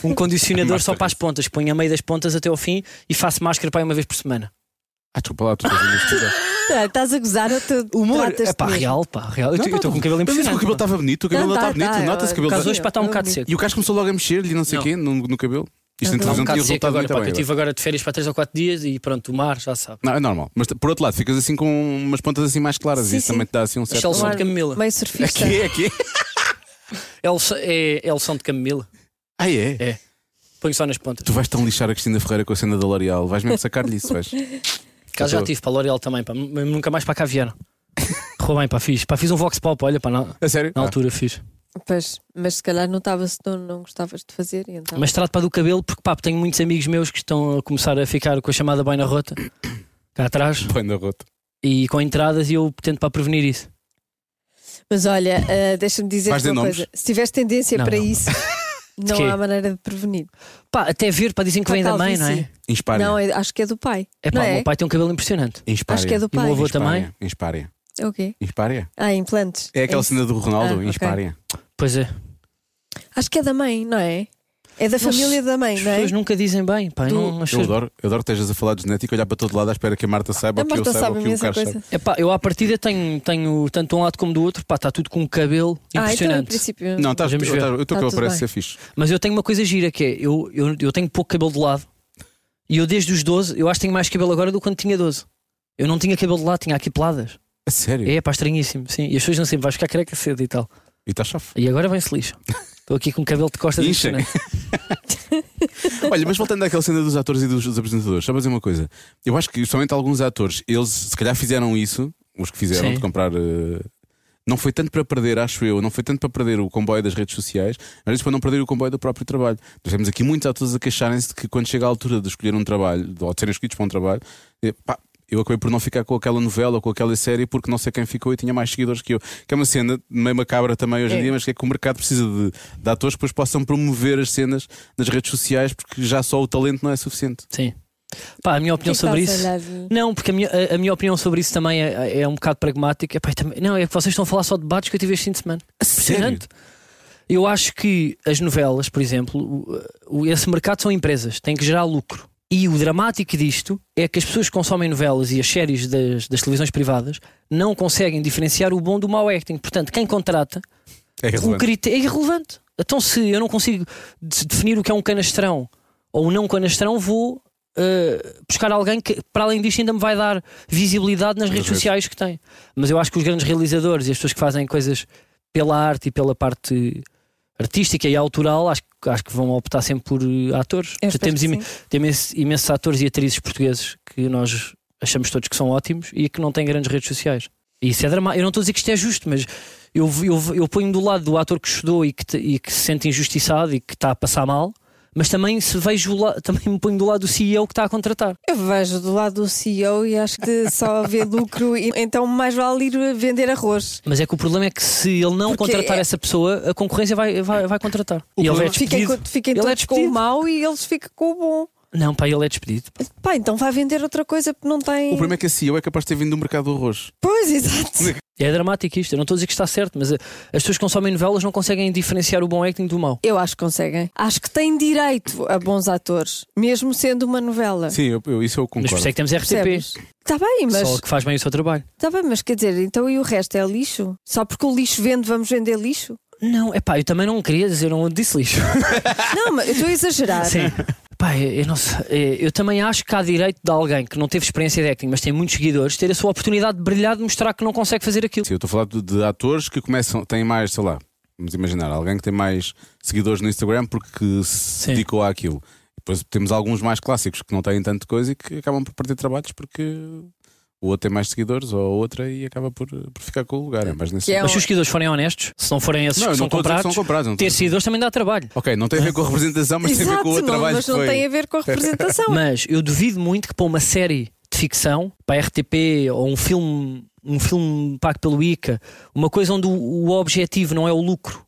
S5: um, um condicionador só para as pontas. Ponho a meio das pontas até ao fim e faço máscara para aí uma vez por semana.
S2: Ah, desculpa lá, tu estás a investigar.
S3: Ah, estás a gozar ou tu tratas-te
S5: é pá,
S3: mesmo?
S5: real, pá, real. Eu
S2: Não,
S5: te- eu
S2: tá-
S5: estou com o cabelo
S2: Mas
S5: impressionante.
S2: o cabelo
S5: pá.
S2: estava bonito, o cabelo
S3: é Não,
S2: não
S3: tá,
S2: está bonito,
S3: tá,
S2: nota-se que o
S3: eu-
S2: cabelo
S5: Por acaso
S2: está.
S5: hoje, pá, está um
S3: Não,
S5: bocado
S3: não.
S5: seco.
S2: E o gajo começou logo a mexer-lhe e não sei o
S5: Não.
S2: quê no, no cabelo. Isto
S3: Não,
S2: em
S5: Está
S2: televisão tinha
S5: um bocado seco
S2: resultado
S5: agora,
S2: muito bem.
S3: é
S5: pá, que eu
S2: agora.
S5: estive agora de férias para 3 ou 4 dias e pronto, o mar já sabe.
S2: Não, é normal. Mas por outro lado, ficas assim com umas pontas assim mais claras
S3: Sim,
S2: e isso
S3: sim.
S2: também te dá assim um certo.
S5: Chelsea.
S3: Um ar
S5: de Camila.
S3: Meio surfista.
S2: É que é?
S5: É o so- É é o som de Camila.
S2: Ah, é?
S5: É. Ponho só nas pontas.
S2: Tu vais tão lixar a Cristina Ferreira com a cena da L'Oreal, vais mesmo sacar-lhe isso, vais.
S5: Cá já
S2: tô-
S5: tive para a L'Oreal também, pá, mas nunca mais para a Caviana. Correu bem, pá, fiz. Pá, fiz um Vox Pop, olha, pá, na,
S2: A sério?
S5: na
S2: Ah.
S5: altura fiz.
S3: Pois, mas se calhar não estava se tu não gostavas de fazer. e Então.
S5: Mas trato para do cabelo porque pá, tenho muitos amigos meus que estão a começar a ficar com a chamada baina rota cá atrás
S2: Ah, Põe na rota.
S5: e com entradas e eu tento para prevenir isso.
S3: Mas olha, ah, deixa-me dizer
S2: Vais
S3: uma
S2: dizer nomes?
S3: coisa. Se tiveres tendência
S5: Não,
S3: para
S5: não.
S3: isso, Não
S5: quê?
S3: há maneira de prevenir.
S5: Pá, até ver, para dizem que
S3: Para
S5: vem da mãe, não
S3: calvície.
S5: é?
S2: Inspária.
S3: Não, é- acho que é do pai.
S5: É pá,
S3: não
S5: o
S3: é?
S5: meu pai tem um cabelo impressionante.
S2: Inspária.
S3: Acho que é do
S5: E o
S3: pai.
S5: meu avô
S2: Inspária.
S5: também?
S2: Inspária.
S3: É o quê?
S2: Inspária.
S3: Ah, implantes.
S2: É aquela
S3: isso.
S2: cena do Ronaldo,
S3: Ah, ok.
S2: Inspária.
S5: Pois é.
S3: Acho que é da mãe, não é? É da
S5: Não
S3: família
S5: se-
S3: da mãe,
S5: As
S3: não é?
S5: pessoas nunca dizem bem, pá.
S3: Do-
S5: Eu, não acho...
S2: Eu adoro, eu adoro que estejas a falar de genética, olhar para todo lado à espera que a Marta saiba,
S3: A
S2: ou que eu
S3: Marta
S2: saiba, um
S3: sabe
S2: ou
S3: a
S2: que o
S3: mesma
S2: Carlos
S3: coisa. Ah,
S2: saiba.
S5: É pá, eu à partida tenho, tenho tanto um lado como do outro, pá, está tudo com um cabelo
S3: Ah, então em
S5: impressionante.
S3: princípio.
S2: Não, estás, eu,
S5: Vamos ver.
S2: estás- o teu
S3: Tá
S2: cabelo
S3: tudo
S2: parece
S3: bem.
S2: ser fixe.
S5: Mas eu tenho uma coisa gira que é, eu, eu, eu tenho pouco cabelo de lado e eu desde os 12, eu acho que tenho mais cabelo agora do que quando tinha 12. Eu não tinha cabelo de lado, tinha aqui peladas.
S2: A sério?
S5: É, pá, estranhíssimo, sim. E as pessoas não sempre, vais ficar careca cedo e tal.
S2: E estás chafo.
S5: E agora vem-se lixo. Estou aqui com um cabelo de costas
S2: Incha.
S5: impressionante.
S2: Olha, mas voltando àquela cena dos atores e dos, dos apresentadores, só para dizer uma coisa. Eu acho que, justamente alguns atores, eles se calhar fizeram isso, os que fizeram
S5: Sim.
S2: de comprar. eh, não foi tanto para perder, acho eu, não foi tanto para perder o comboio das redes sociais, mas isso para não perder o comboio do próprio trabalho. Nós temos aqui muitos atores a queixarem-se de que quando chega a altura de escolher um trabalho, ou de serem escolhidos para um trabalho, eh, pá, eu acabei por não ficar com aquela novela ou com aquela série porque não sei quem ficou e tinha mais seguidores que eu. Que é uma cena meio macabra também hoje em
S3: É.
S2: dia, mas que é que o mercado precisa de, de atores que depois possam promover as cenas nas redes sociais porque já só o talento não é suficiente.
S5: Sim. Pá, a minha
S3: Por que
S5: opinião
S3: que
S5: sobre
S3: estás
S5: isso.
S3: a olhar?
S5: Não, porque a minha, a, a minha opinião sobre isso também é, é um bocado pragmática. Epá, e também- não, é que vocês estão a falar só de debates que eu tive este fim de semana. Impressionante. Eu acho que as novelas, por exemplo, o- o- esse mercado são empresas, têm que gerar lucro. E o dramático disto é que as pessoas que consomem novelas e as séries das, das televisões privadas não conseguem diferenciar o bom do mau acting. Portanto, quem contrata
S2: É
S5: o
S2: relevante.
S5: critério é irrelevante. Então, se eu não consigo de- definir o que é um canastrão ou um não canastrão, vou eh, buscar alguém que, para além disto, ainda me vai dar visibilidade nas redes
S2: redes.
S5: sociais que tem. Mas eu acho que os grandes realizadores e as pessoas que fazem coisas pela arte e pela parte artística e autoral, acho, que- acho que vão optar sempre por eh, atores.
S3: Eu
S5: Já
S3: espero
S5: temos
S3: que
S5: ime-
S3: sim.
S5: tem imenso- imensos atores e atrizes portugueses que nós achamos todos que são ótimos e que não têm grandes redes sociais. E isso é dramático. Eu não estou a dizer que isto é justo, mas eu, eu, eu ponho do lado do ator que estudou e que, te- e que se sente injustiçado e que está a passar mal, mas também se vejo o la- também me ponho do lado do CEO que está a contratar.
S3: Eu vejo do lado do CEO e acho que só haver lucro, e então mais vale ir vender arroz.
S5: Mas é que o problema é que se ele não
S3: Porque
S5: contratar
S3: é-
S5: essa pessoa, a concorrência vai, vai, vai contratar.
S2: O
S5: E ele é
S2: problema-
S3: Fiquem,
S5: despedido.
S3: com- fiquem
S5: Ele é
S3: todos com o
S5: despedido.
S3: mau e eles ficam com o bom.
S5: Não, pá, ele é despedido.
S3: Pá, então vai vender outra coisa porque não
S2: O
S3: tem.
S2: problema é que a CEO é capaz de ter vindo do mercado do arroz.
S3: Pois, exato.
S5: É dramático isto. Eu não estou a dizer que está certo, mas eh, as pessoas que consomem novelas não conseguem diferenciar o bom acting do mau.
S3: Eu acho que conseguem. Acho que têm direito a bons atores, mesmo sendo uma novela.
S2: Sim, eu- eu- isso eu
S5: Mas por
S2: concordo.
S5: isso é que temos RTP.
S3: Percebes? Está bem, mas
S5: Só que faz bem o seu trabalho.
S3: tá bem, mas quer dizer, então e o resto é lixo? Só porque o lixo vende, vamos vender lixo?
S5: Não, é pá, eu também não queria dizer, eu não disse lixo.
S3: Não, mas eu estou a exagerar.
S5: Sim. Pá, eu, eu não sei, é, eu também acho que há direito de alguém que não teve experiência de acting, mas tem muitos seguidores, ter a sua oportunidade de brilhar, de mostrar que não consegue fazer aquilo.
S2: Sim, eu estou a falar de, de atores que começam, têm mais, sei lá, vamos imaginar, alguém que tem mais seguidores no Instagram porque se
S5: Sim.
S2: dedicou àquilo. Depois temos alguns mais clássicos que não têm tanto coisa e que acabam por perder trabalhos porque o outro tem mais seguidores ou a outra e acaba por, por ficar com o lugar. É, mais nesse
S3: Que é
S2: sentido.
S5: Mas se os seguidores forem honestos, se não forem esses
S2: não,
S5: que
S2: eu não
S5: são
S2: estou a dizer que
S5: comprados,
S2: são comprados. não
S5: ter
S2: estou a dizer-
S5: seguidores também dá trabalho.
S2: Ok, não tem a ver com a representação, mas tem a ver
S3: Exato,
S2: com o
S3: não,
S2: trabalho
S3: mas
S2: que
S3: não
S2: foi.
S3: tem a ver com a representação.
S5: Mas eu duvido muito que para uma série de ficção, para a RTP ou um filme, um filme pago pelo ICA, uma coisa onde o, o objetivo não é o lucro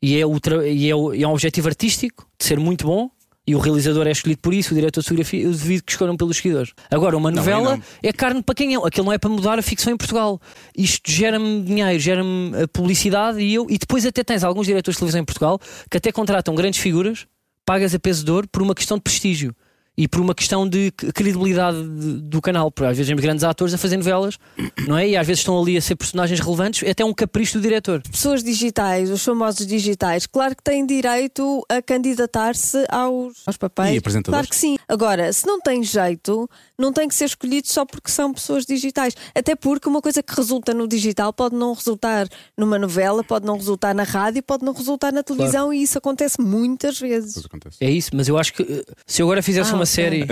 S5: e é, o tra- e é, o- e é um objetivo artístico de ser muito bom. E o realizador é escolhido por isso, o diretor de fotografia, eu duvido que escolham pelos seguidores. Agora, uma
S2: Não,
S5: novela
S2: aí não.
S5: é carne para quem é. Aquilo não é para mudar a ficção em Portugal. Isto gera-me dinheiro, gera-me a publicidade e eu. E depois até tens alguns diretores de televisão em Portugal que até contratam grandes figuras, pagas a peso de ouro por uma questão de prestígio e por uma questão de c- credibilidade de- do canal. Porque às vezes temos grandes atores a fazer novelas, não é? E às vezes estão ali a ser personagens relevantes, é até um capricho do diretor.
S3: pessoas digitais, os famosos digitais, claro que têm direito a candidatar-se aos, aos papéis.
S2: E apresentadores.
S3: Claro que sim. Agora, se não tem jeito, não tem que ser escolhido só porque são pessoas digitais. Até porque uma coisa que resulta no digital pode não resultar numa novela, pode não resultar na rádio, pode não resultar na televisão e isso acontece muitas vezes.
S2: Isso acontece.
S5: É isso, mas eu acho que eh, se eu agora fizesse
S3: Ah,
S5: uma
S3: ok.
S5: série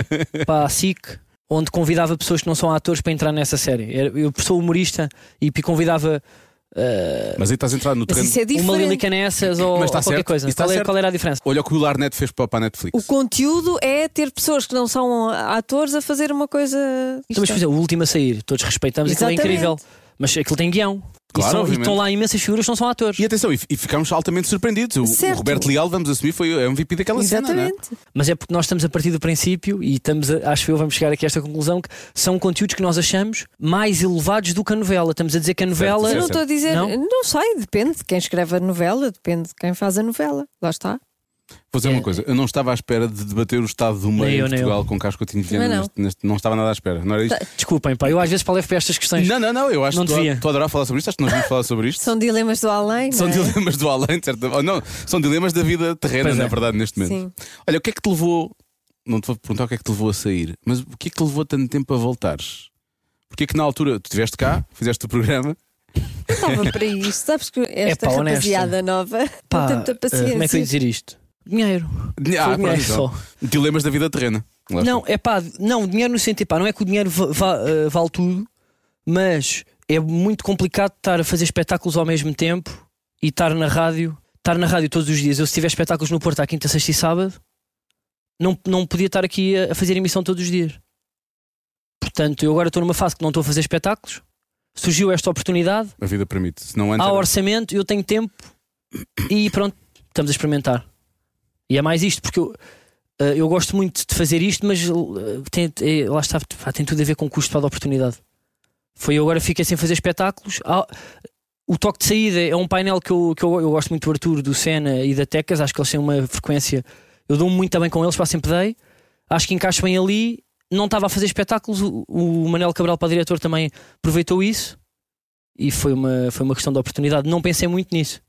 S5: para a SIC onde convidava pessoas que não são atores para entrar nessa série, Era- eu sou humorista e p- convidava eh,
S2: Mas aí estás a entrar no
S3: Mas
S2: terreno.
S3: isso é
S5: uma Lili
S3: diferente.
S5: Canessas
S2: Mas
S5: ou, ou
S2: está
S5: qualquer
S2: certo,
S5: coisa.
S2: isso está
S5: Qual, é,
S2: certo.
S5: qual era a diferença?
S2: Olha o que o Larnet fez para para a Netflix.
S3: O conteúdo é ter pessoas que não são atores a fazer uma coisa.
S5: Então, mas, por exemplo, o último a sair, todos respeitamos, aquilo é
S3: Exatamente.
S5: incrível, mas aquilo tem guião.
S2: Claro,
S5: e, são- e
S2: obviamente.
S5: estão lá imensas figuras que não são atores.
S2: E atenção, e, e ficámos altamente surpreendidos. O, o
S3: Certo.
S2: Roberto Leal, vamos assumir, foi o MVP daquela cena, não é?
S3: Exatamente.
S5: Mas é porque nós estamos a partir do princípio e estamos, a, acho eu, vamos chegar aqui a esta conclusão que são conteúdos que nós achamos mais elevados do que a novela. Estamos a dizer que a novela.
S3: Eu não
S2: Certo.
S3: estou a dizer,
S5: Não?
S3: não? sei, depende de quem escreve a novela, depende de quem faz a novela. Lá está.
S2: Vou dizer uma
S5: É.
S2: coisa, eu não estava à espera de debater o estado do
S5: Nem
S2: meio
S5: eu,
S2: em
S5: nem
S2: Portugal
S5: eu.
S2: com Carlos Coutinho de Viana.
S3: Também não.
S2: Neste, neste- não estava nada à espera, não era isto?
S5: Desculpem, pá, eu às vezes palevo para estas questões.
S2: Não, não, não, eu acho
S5: Não
S2: que tu-
S5: devia.
S2: tu adorar falar sobre isto, acho que nós vamos falar sobre isto.
S3: São dilemas do além.
S2: São
S3: não é?
S2: dilemas do além, de certa ou Não, são dilemas da vida terrena,
S5: Pois é.
S2: na verdade, neste momento.
S3: Sim.
S2: Olha, o que é que te levou. Não te vou perguntar o que é que te levou a sair, mas o que é que te levou tanto tempo a voltares? Porque é que na altura tu estiveste cá, fizeste o programa,
S3: Eu Estava para isto. Sabes que esta
S5: É pá, honesta.
S3: rapaziada nova
S5: Pá,
S3: não tem muita
S5: eh, como é que eu ia
S3: paciência.
S5: dizer isto? Dinheiro.
S2: Ah,
S5: Foi
S2: pronto,
S5: dinheiro
S2: então.
S5: só.
S2: dilemas da vida terrena. Lá
S5: Não,
S2: está.
S5: é pá, não, dinheiro no sentido, pá, não é que o dinheiro va- va- eh, vale tudo, mas é muito complicado estar a fazer espetáculos ao mesmo tempo e estar na rádio, estar na rádio todos os dias. Eu se tiver espetáculos no Porto à quinta, sexta e sábado, não, não podia estar aqui a, a fazer emissão todos os dias. Portanto, eu agora estou numa fase que não estou a fazer espetáculos, surgiu esta oportunidade,
S2: A vida permite. Se não antes.
S5: há
S2: era-
S5: orçamento, eu tenho tempo e pronto, estamos a experimentar. E é mais isto, porque eu, eh, eu gosto muito de fazer isto, mas eh, tem, eh, lá está, pá, tem tudo a ver com custo para a oportunidade. Foi eu agora fiquei sem fazer espetáculos. Há- o toque de saída é um painel que eu, que eu, eu gosto muito do Arthur, do Senna e da Tecas, acho que eles têm uma frequência. Eu dou-me muito bem com eles, para sempre dei. Acho que encaixo bem ali. Não estava a fazer espetáculos, o, o Manel Cabral para diretor também aproveitou isso e foi uma, foi uma questão de oportunidade. Não pensei muito nisso.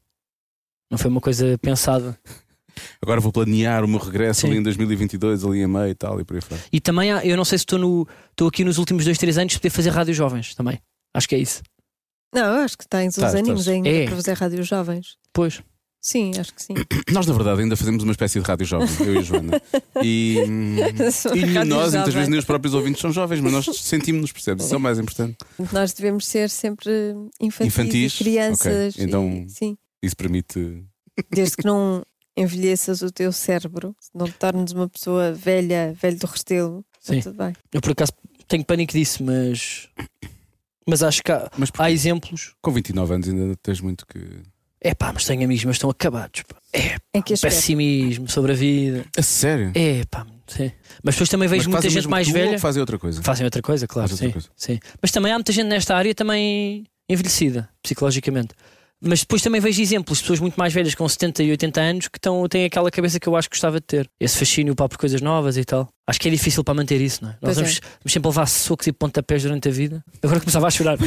S5: Não foi uma coisa pensada.
S2: Agora vou planear o meu regresso
S5: Sim.
S2: ali em 2022, ali em meio e tal, e por aí fora.
S5: E também, há- eu não sei se estou no- estou aqui nos últimos dois, três anos de poder fazer rádio jovens também. Acho que é isso.
S3: Não, eu acho que tens uns
S2: Estás,
S3: ânimos
S2: estás.
S3: ainda
S5: É.
S3: para fazer rádio jovens.
S5: Pois.
S3: Sim, acho que sim.
S2: Nós, na verdade, ainda fazemos uma espécie de rádio jovem, eu e a Joana. E, hum,
S3: Sou
S2: e
S3: rádio
S2: nós,
S3: jovem.
S2: muitas vezes, nem os próprios ouvintes são jovens, mas nós sentimos-nos, percebes? Isso é o mais importante.
S3: Nós devemos ser sempre infantis, e
S2: Infantis?
S3: crianças.
S2: Ok, então-
S3: e- sim.
S2: Isso permite.
S3: Desde que não envelheças o teu cérebro, se não te tornes uma pessoa velha, velho do restelo, está
S5: Sim.
S3: tudo bem.
S5: Eu por acaso tenho pânico disso, mas. Mas acho que há,
S2: Mas
S5: há exemplos.
S2: com 29 anos ainda tens muito que.
S5: É pá, mas tenho amigos, mas estão acabados. pá. É,
S3: Em que aspecto?
S5: pessimismo sobre a vida.
S2: A sério?
S5: É pá, sim. Mas depois também vejo
S2: Mas
S5: muita
S2: fazem
S5: gente
S2: mesmo
S5: mais
S2: que tu ou
S5: velha.
S2: que Fazem outra coisa.
S5: Fazem outra coisa, claro.
S2: Fazem
S5: Sim,
S2: outra
S5: sim. Mas também há muita gente nesta área também envelhecida, psicologicamente. Mas depois também vejo exemplos de pessoas muito mais velhas, com 70 e 80 anos, que estão, têm aquela cabeça que eu acho que gostava de ter. Esse fascínio pá, por coisas novas e tal. Acho que é difícil para manter isso, não é? Nós
S3: Pois é.
S5: vamos, vamos sempre levar socos e pontapés durante a vida. Agora começava a chorar.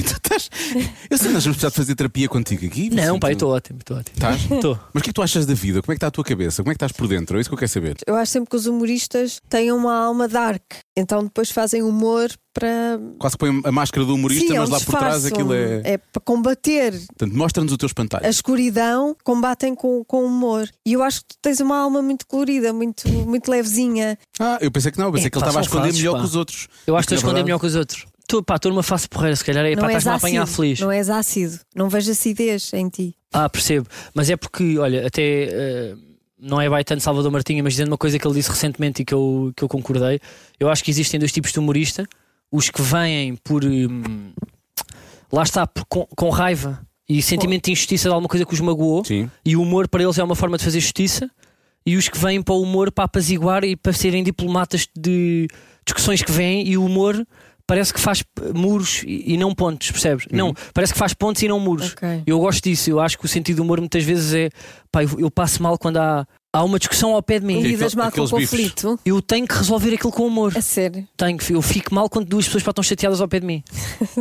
S2: Eu sei, nós vamos precisar de fazer terapia contigo aqui.
S5: não, pá, eu
S2: estou.
S5: estou ótimo, estou ótimo.
S2: Estás?
S5: Estou.
S2: Mas o que é que tu achas da vida? Como é que está a tua cabeça? Como é que estás por dentro? É isso que eu quero saber.
S3: Eu acho sempre que os humoristas têm uma alma dark, então depois fazem humor para.
S2: Quase que põe a máscara do humorista,
S3: Sim, é um
S2: mas lá por trás
S3: disfarce,
S2: aquilo
S3: um-
S2: é.
S3: para combater
S2: Portanto, mostra-nos o teu espantalho.
S3: a escuridão, combatem com, com humor. E eu acho que tu tens uma alma muito colorida, muito, muito levezinha.
S2: Ah, eu pensei que não, eu pensei
S5: É,
S2: que ele
S5: pá,
S2: estava a
S5: são
S2: esconder
S5: frases,
S2: melhor
S5: pá.
S2: que os outros.
S5: Eu acho que
S2: E
S5: estou a
S2: na
S5: esconder
S2: é verdade-
S5: melhor que os outros. Estou, pá, estou numa face porreira, se calhar é
S3: não
S5: pá,
S3: és
S5: estás-me a apanhar
S3: ácido.
S5: feliz.
S3: Não és ácido. Não vejo acidez em ti.
S5: Ah, percebo. Mas é porque, olha, até eh, não é baitando Salvador Martinha, mas dizendo uma coisa que ele disse recentemente e que eu, que eu concordei. Eu acho que existem dois tipos de humorista: os que vêm por. hum, lá está, por- com, com raiva e sentimento de injustiça de alguma coisa que os magoou.
S2: Sim.
S5: E o humor para eles é uma forma de fazer justiça. E os que vêm para o humor para apaziguar e para serem diplomatas de discussões que vêm. E o humor parece que faz eh, muros e, e não pontes, percebes? Não, parece que faz pontes e não muros.
S3: Ok.
S5: Eu gosto disso, eu acho que o sentido do humor muitas vezes é pá, eu, eu passo mal quando há, há uma discussão ao pé de mim.
S2: Sim.
S3: Lidas mal com o
S2: aqueles bifes.
S3: conflito.
S5: Eu tenho que resolver aquilo com humor.
S3: A sério.
S5: Tenho, que- eu fico mal quando duas pessoas pá, estão chateadas ao pé de mim.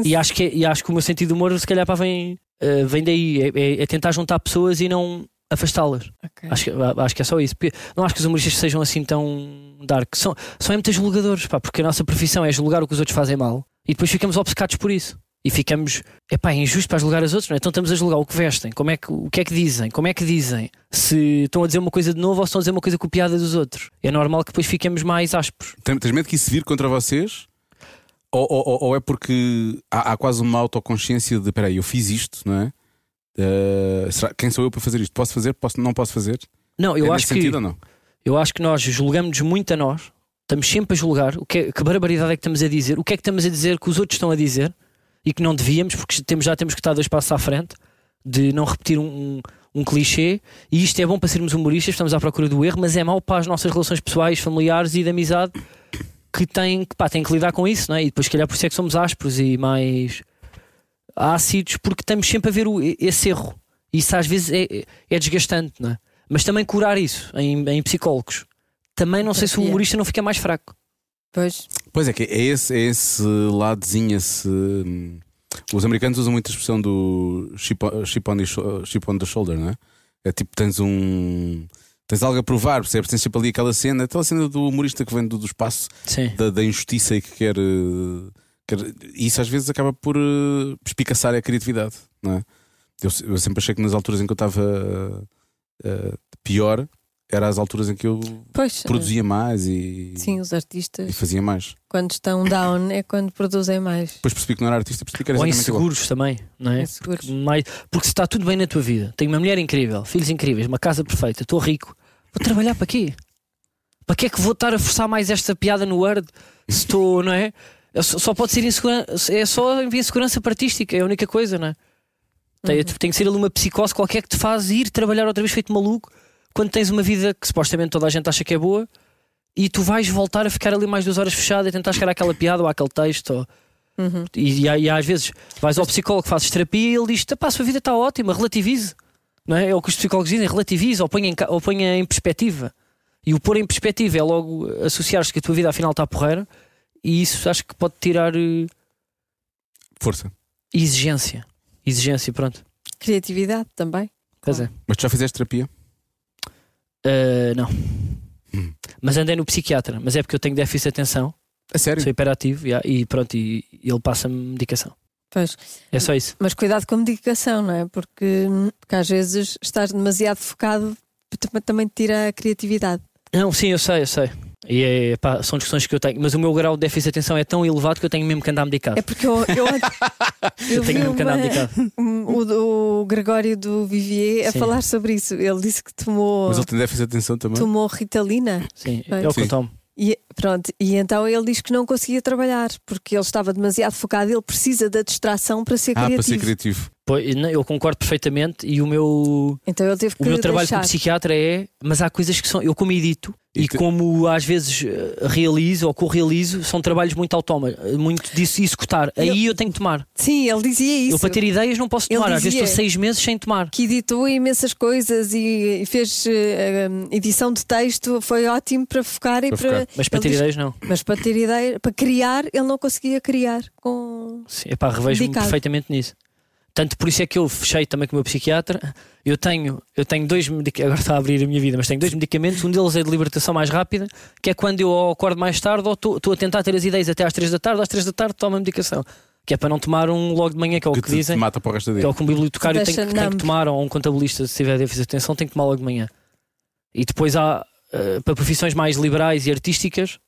S5: e, acho que, é- e acho que o meu sentido de humor, se calhar, pá, vem, eh, vem daí. É, é- é tentar juntar pessoas e não afastá-las.
S3: Ok.
S5: Acho, que- a- acho que é só isso. Porque Não acho que os humoristas sejam assim tão dark. São, são é muitos julgadores, pá, porque a nossa profissão é julgar o que os outros fazem mal e depois ficamos obcecados por isso. E ficamos, epá, é injusto para julgar os outros, não é? Então estamos a julgar o que vestem, como é que, o que é que dizem, como é que dizem, se estão a dizer uma coisa de novo ou se estão a dizer uma coisa copiada dos outros. É normal que depois fiquemos mais ásperos.
S2: Tem- Tens medo que isso vir contra vocês? Ou, ou- ou- ou é porque há, há quase uma autoconsciência de peraí, eu fiz isto, não é? Eh, será- quem sou eu para fazer isto? Posso fazer? Posso, não posso fazer?
S5: Não, eu
S2: é
S5: acho
S2: nesse
S5: que.
S2: sentido ou não?
S5: Eu acho que nós julgamos muito a nós, estamos sempre a julgar o que, é- que barbaridade é que estamos a dizer, o que é que estamos a dizer que os outros estão a dizer, e que não devíamos, porque temos, já temos que estar dois passos à frente de não repetir um, um, um clichê. E isto é bom para sermos humoristas, estamos à procura do erro, mas é mau para as nossas relações pessoais, familiares e de amizade que têm que, pá, têm que lidar com isso, não é? E depois, se calhar, por isso é que somos ásperos e mais ácidos, porque estamos sempre a ver o, esse erro. Isso às vezes é, é desgastante, não é? Mas também curar isso em, em psicólogos. Também não sei se o humorista não fica mais fraco.
S3: Pois.
S2: Pois é que é esse, é esse ladozinho, esse. hum, Os americanos usam muito a expressão do chip on, chip on the sho- chip on the shoulder, não é? É tipo, tens um. Tens algo a provar, percebes? Tens sempre ali aquela cena, aquela cena do humorista que vem do, do espaço
S5: Sim.
S2: da, da injustiça e que quer, eh, quer- e Isso às vezes acaba por eh, espicaçar a criatividade, não é? Eu, se- eu sempre achei que nas alturas em que eu estava eh, pior, eram as alturas em que eu
S3: Pois. eh,
S2: produzia mais e,
S3: Sim, os
S2: e
S3: artistas,
S2: fazia mais.
S3: quando estão down, é quando produzem mais. tipo
S2: Depois percebi que não era artista, percebi que era
S5: Ou
S2: exatamente igual.
S5: inseguros também, não é?
S3: Inseguros.
S5: Mais- porque se está tudo bem na tua vida, tenho uma mulher incrível, filhos incríveis, uma casa perfeita, estou rico, vou trabalhar para quê? Para que é que vou estar a forçar mais esta piada no Word se estou, não é? É só- Só pode ser insegurança, é só insegurança artística, é a única coisa, não é? Tem, tem que ser ali uma psicose qualquer que te faz ir trabalhar outra vez feito maluco quando tens uma vida que supostamente toda a gente acha que é boa e tu vais voltar a ficar ali mais duas horas fechada e tentar chegar àquela piada ou àquele texto. ou- E, e há- e às vezes vais ao psicólogo, fazes terapia e ele diz: "Tá, "Pá, a sua vida está ótima, relativize. Não é? é o que os psicólogos dizem: relativize ou ponha em, ca- ou ponha em perspectiva. E o pôr em perspectiva é logo associares que a tua vida afinal está porreira e isso acho que pode tirar eh,
S2: Força.
S5: exigência. Exigência, pronto.
S3: Criatividade também.
S5: Pois é.
S2: Mas tu já fizeste terapia?
S5: Ah, não.
S2: Hum.
S5: Mas andei no psiquiatra, mas é porque eu tenho déficit de atenção,
S2: A sério?
S5: sou hiperativo yeah, e pronto, e, e ele passa-me medicação.
S3: Pois.
S5: É só isso.
S3: Mas cuidado com a medicação, não é? Porque, hum, porque às vezes estás demasiado focado tam- também te tira a criatividade.
S5: Não, sim, eu sei, eu sei. E é, pá, são discussões que eu tenho, mas o meu grau de déficit de atenção é tão elevado que eu tenho mesmo que andar medicado.
S3: É porque eu. Eu, eu
S5: Ah. eu tenho um
S3: vi
S5: mesmo que
S3: uma- um,
S5: andar medicado.
S3: o, o Gregório do Vivier a
S5: Sim.
S3: falar sobre isso. Ele disse que tomou,
S2: Mas ele é? tem déficit de atenção também.
S3: tomou Ritalina.
S5: Sim,
S3: Bem.
S5: é o que
S2: Sim.
S5: eu tomo.
S3: E, pronto, e então ele diz que não conseguia trabalhar porque ele estava demasiado focado. Ele precisa da distração para ser,
S2: Ah,
S3: é criativo.
S2: para ser criativo.
S5: Pois, não, eu concordo perfeitamente e o meu,
S3: Então ele teve que
S5: o meu trabalho
S3: deixar.
S5: como psiquiatra é, mas há coisas que são, eu como edito
S2: E
S5: e,
S2: te-
S5: como às vezes eh, realizo ou correalizo, são trabalhos muito autónomos, muito disso executar. Aí eu tenho que tomar.
S3: Sim, ele dizia isso.
S5: Eu para ter ideias não posso
S3: Ele
S5: tomar, às vezes
S3: dizia-
S5: estou seis meses sem tomar.
S3: que editou imensas coisas e, e fez eh, um, edição de texto, foi ótimo para focar e
S2: Para
S3: para.
S5: Mas para
S3: ele
S5: ter
S3: diz-
S5: ideias não.
S3: Mas para ter ideia, para criar, ele não conseguia criar com.
S5: Sim, Epá, revejo-me
S3: Indicado.
S5: perfeitamente nisso. Tanto por isso é que eu fechei também com o meu psiquiatra. Eu tenho, eu tenho dois medicamentos, agora está a abrir a minha vida, mas tenho dois medicamentos. Um deles é de libertação mais rápida, que é quando eu ou acordo mais tarde ou estou estou a tentar ter as ideias até às três da tarde. Às três da tarde tomo a medicação, que é para não tomar um logo de manhã, que é o que,
S2: que te,
S5: dizem.
S2: te mata para o resto da
S5: que é
S2: vida.
S5: o que um bibliotecário tem,
S3: Deixa
S5: que- tem que
S3: numb.
S5: tomar, ou um contabilista, se tiver déficit de atenção, tem que tomar logo de manhã. E depois há, eh, para profissões mais liberais e artísticas,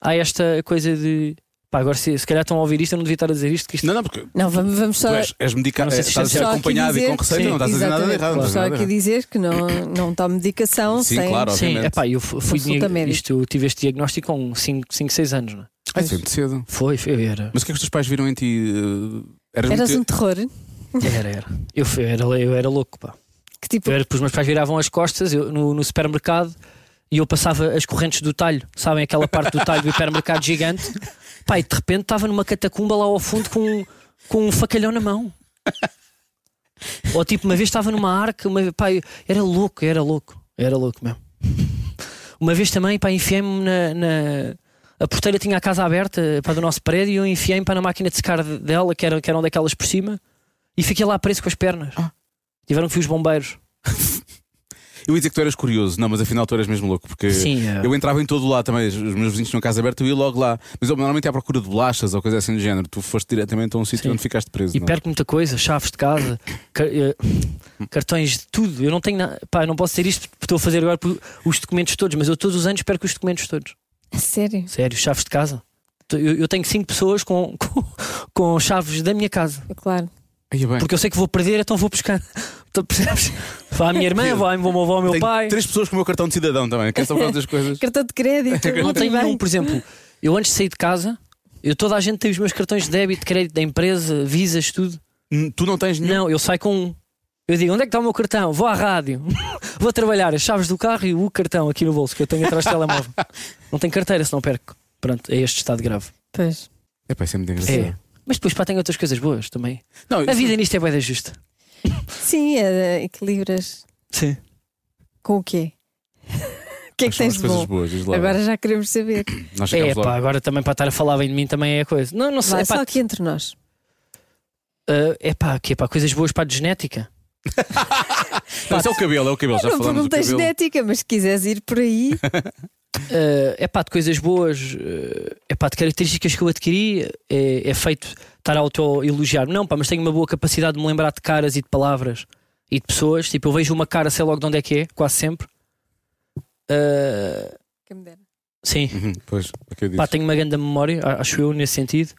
S5: há esta coisa de. Pá, agora se, se calhar estão a ouvir isto, eu não devia estar a dizer isto, que isto
S2: Não, não, porque
S3: Não, vamos, vamos
S2: tu
S3: só.
S2: és, és medicado,
S5: Não sei se
S2: estás a
S5: isto é
S2: ser
S5: só aqui
S2: acompanhado e
S3: dizer-
S2: com receita,
S5: Sim,
S2: não estás a dizer nada de
S3: Exatamente.
S2: errado. não estás a
S3: Só
S2: dizer nada
S3: aqui
S2: de errado.
S3: dizer que não, não toma medicação
S2: Sim,
S3: sem.
S2: claro,
S5: Sim,
S2: obviamente.
S5: é pá, eu fu- fui
S3: Consulta
S5: diag-
S3: médica.
S5: isto, eu tive este diagnóstico com 5, 6 anos, não é?
S2: Ai, sempre cedo.
S5: Foi, foi, era.
S2: Mas o que é que os teus pais viram em ti? eh, Eras
S3: Eras um
S2: muito...
S3: terror.
S5: Era, era. Eu, fui- eu era, eu era louco, pá.
S3: Que tipo.
S5: Eu era, os meus pais viravam as costas eu- no, no supermercado e eu passava as correntes do talho, sabem aquela parte do talho do hipermercado gigante. Pá, e de repente estava numa catacumba lá ao fundo com, um- com um facalhão na mão. Ou tipo, uma vez estava numa arca, uma, pá, eu- era louco, era louco, era louco mesmo. Uma vez também, pá, enfiei-me na, na- A porteira tinha a casa aberta para do nosso prédio e eu enfiei-me para na máquina de secar de- dela, que era, é que eram daquelas por cima, e fiquei lá preso com as pernas. Tiveram que vir os bombeiros.
S2: Eu ia dizer que tu eras curioso, não, mas afinal tu eras mesmo louco, porque
S5: Sim, é.
S2: eu entrava em todo lado também. Os meus vizinhos tinham casa aberta, eu ia logo lá. Mas eu, normalmente é à procura de bolachas ou coisa assim do género. Tu foste diretamente a um sítio
S5: Sim.
S2: onde ficaste preso.
S5: E
S2: não? Hum.
S5: perco muita coisa, chaves de casa, car- eh, cartões de tudo. Eu não tenho nada. Pá, eu não posso ter isto porque estou a fazer agora por- os documentos todos, mas eu todos os anos perco os documentos todos.
S3: a Sério.
S5: Sério, chaves de casa. Tô- Eu, eu tenho cinco pessoas com, com, com chaves da minha casa.
S3: Claro.
S2: Ai, é bem.
S5: Porque eu sei que vou perder, então vou buscar. Então, percebes? Vá à minha irmã, vá à minha avó, ao meu
S2: Tenho
S5: pai.
S2: três pessoas com o meu cartão de cidadão também, que é só por causa das coisas.
S3: Cartão de crédito.
S5: Não tenho
S2: Hum.
S3: multibanco.
S5: nenhum, por exemplo, eu antes de sair de casa, Eu, toda a gente tem os meus cartões de débito, crédito da empresa, visas, tudo.
S2: Hum, Tu não tens nenhum.
S5: Não, eu saio com um. Eu digo, onde é que está o meu cartão? Vou à rádio, vou trabalhar, as chaves do carro e o cartão aqui no bolso que eu tenho atrás do telemóvel. Não tenho carteira, senão perco. Pronto, é este estado grave.
S3: Pois.
S2: É pá, isso é muito engraçado.
S5: É. Mas depois pá, tem outras coisas boas também.
S2: Não,
S5: A
S2: isso-
S5: vida nisto é bué da justa.
S3: Sim, é, equilibras
S5: Sim.
S3: com o quê? O que é
S2: quais
S3: que
S2: são
S3: tens
S2: as coisas
S3: de bom?
S2: boas, diz lá.
S3: Agora já queremos saber.
S2: Nós
S5: É
S2: chegamos
S5: pá,
S2: lá.
S5: agora também para estar a falar bem de mim também é coisa. Não, não sei.
S3: Vai,
S5: epá,
S3: só aqui entre nós.
S5: ah, epá, que pá, coisas boas para de genética.
S2: Não, isso é o cabelo, é o cabelo, já
S3: não
S2: falamos do
S3: perguntei
S2: cabelo.
S3: genética, mas se quiseres ir por aí,
S5: Ah, epá, de coisas boas, ah, epá, de características que eu adquiri, é, é feito estar a auto-elogiar-me. Não, pá, mas tenho uma boa capacidade de me lembrar de caras e de palavras e de pessoas. Tipo, eu vejo uma cara, sei logo de onde é que é, quase sempre. Ah,
S3: quem me dera.
S5: sim.
S2: Uhum, Pois, o que eu disse.
S5: Pá, tenho uma grande memória, a- acho eu, nesse sentido.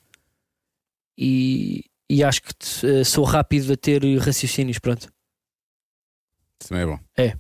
S5: E, e acho que te- eh, sou rápido a ter raciocínios, pronto.
S2: Isso também é bom.
S5: É.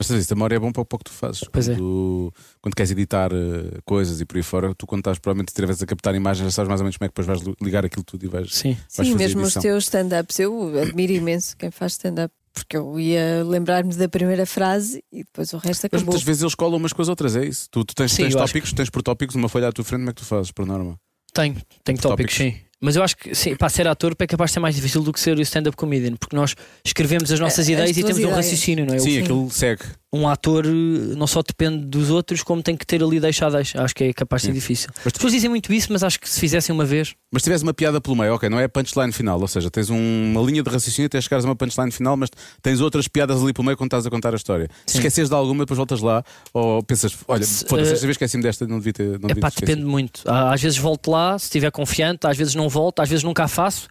S2: Mas sabes, isso, a memória é bom para o pouco que tu fazes.
S5: Pois é.
S2: quando, quando queres editar eh, coisas e por aí fora, tu quando estás provavelmente estiveres a captar imagens, já sabes mais ou menos como é que depois vais lu- ligar aquilo tudo e vais.
S5: Sim.
S3: Sim,
S2: fazer
S3: mesmo os
S2: edição.
S3: teus stand-ups. Eu admiro imenso quem faz stand-up, porque eu ia lembrar-me da primeira frase e depois o resto
S2: Mas
S3: acabou.
S2: muitas vezes eles colam umas com as outras, é isso? Tu, tu tens,
S5: Sim,
S2: tens
S5: eu acho
S2: tópicos, tens por tópicos uma folha à tua frente, como é que tu fazes, por norma?
S5: Tenho, tenho
S2: Tópicos.
S5: tópicos, sim. Mas eu acho que sim, para ser ator é capaz de ser mais difícil do que ser o stand-up comedian, porque nós escrevemos as nossas
S3: As
S5: ideias e
S3: tuas
S5: temos um
S3: ideias.
S5: raciocínio, não é?
S2: Sim, aquilo segue.
S5: Um ator eh, não só depende dos outros, como tem que ter ali deixa a deixa. Acho que é capaz de ser
S2: Sim.
S5: difícil.
S2: Mas
S5: As
S2: tu-
S5: pessoas dizem muito isso, mas acho que se fizessem uma vez,
S2: Mas se tiveres uma piada pelo meio, ok, não é a punchline final, ou seja, tens um- uma linha de raciocínio até chegares a uma punchline final, mas tens outras piadas ali pelo meio quando estás a contar a história. Se
S5: Sim.
S2: esqueces de alguma, depois voltas lá ou pensas, olha,
S5: Se,
S2: foda-se,
S5: eh,
S2: esta vez esqueci-me desta, não devia ter. Não
S5: É
S2: devia
S5: pá,
S2: ter esquecido.
S5: depende muito. Há- Às vezes volto lá, se estiver confiante, às vezes não volto, às vezes nunca a faço.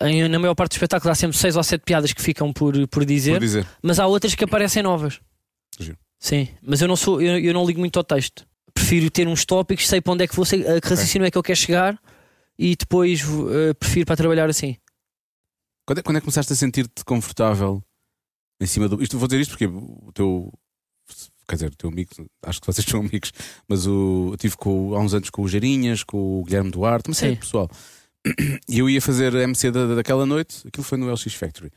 S5: Em- Na maior parte dos espetáculos há sempre seis ou sete piadas que ficam por, por, dizer,
S2: Por dizer.
S5: mas há outras que aparecem novas.
S2: Giro.
S5: Sim, mas eu não sou, eu, eu não ligo muito ao texto. Prefiro ter uns tópicos, sei para onde é que vou, sei a que raciocínio é que eu quero chegar e depois eh, prefiro para trabalhar assim.
S2: Quando é, quando é que começaste a sentir-te confortável em cima do. Isto, vou dizer isto porque o teu. Quer dizer, o teu amigo, acho que vocês são amigos, mas o, eu tive com, o- há uns anos com o Jarinhas, com o Guilherme Duarte, uma série
S5: Sim.
S2: de pessoal. E eu ia fazer a MC da, daquela noite, aquilo foi no LX Factory.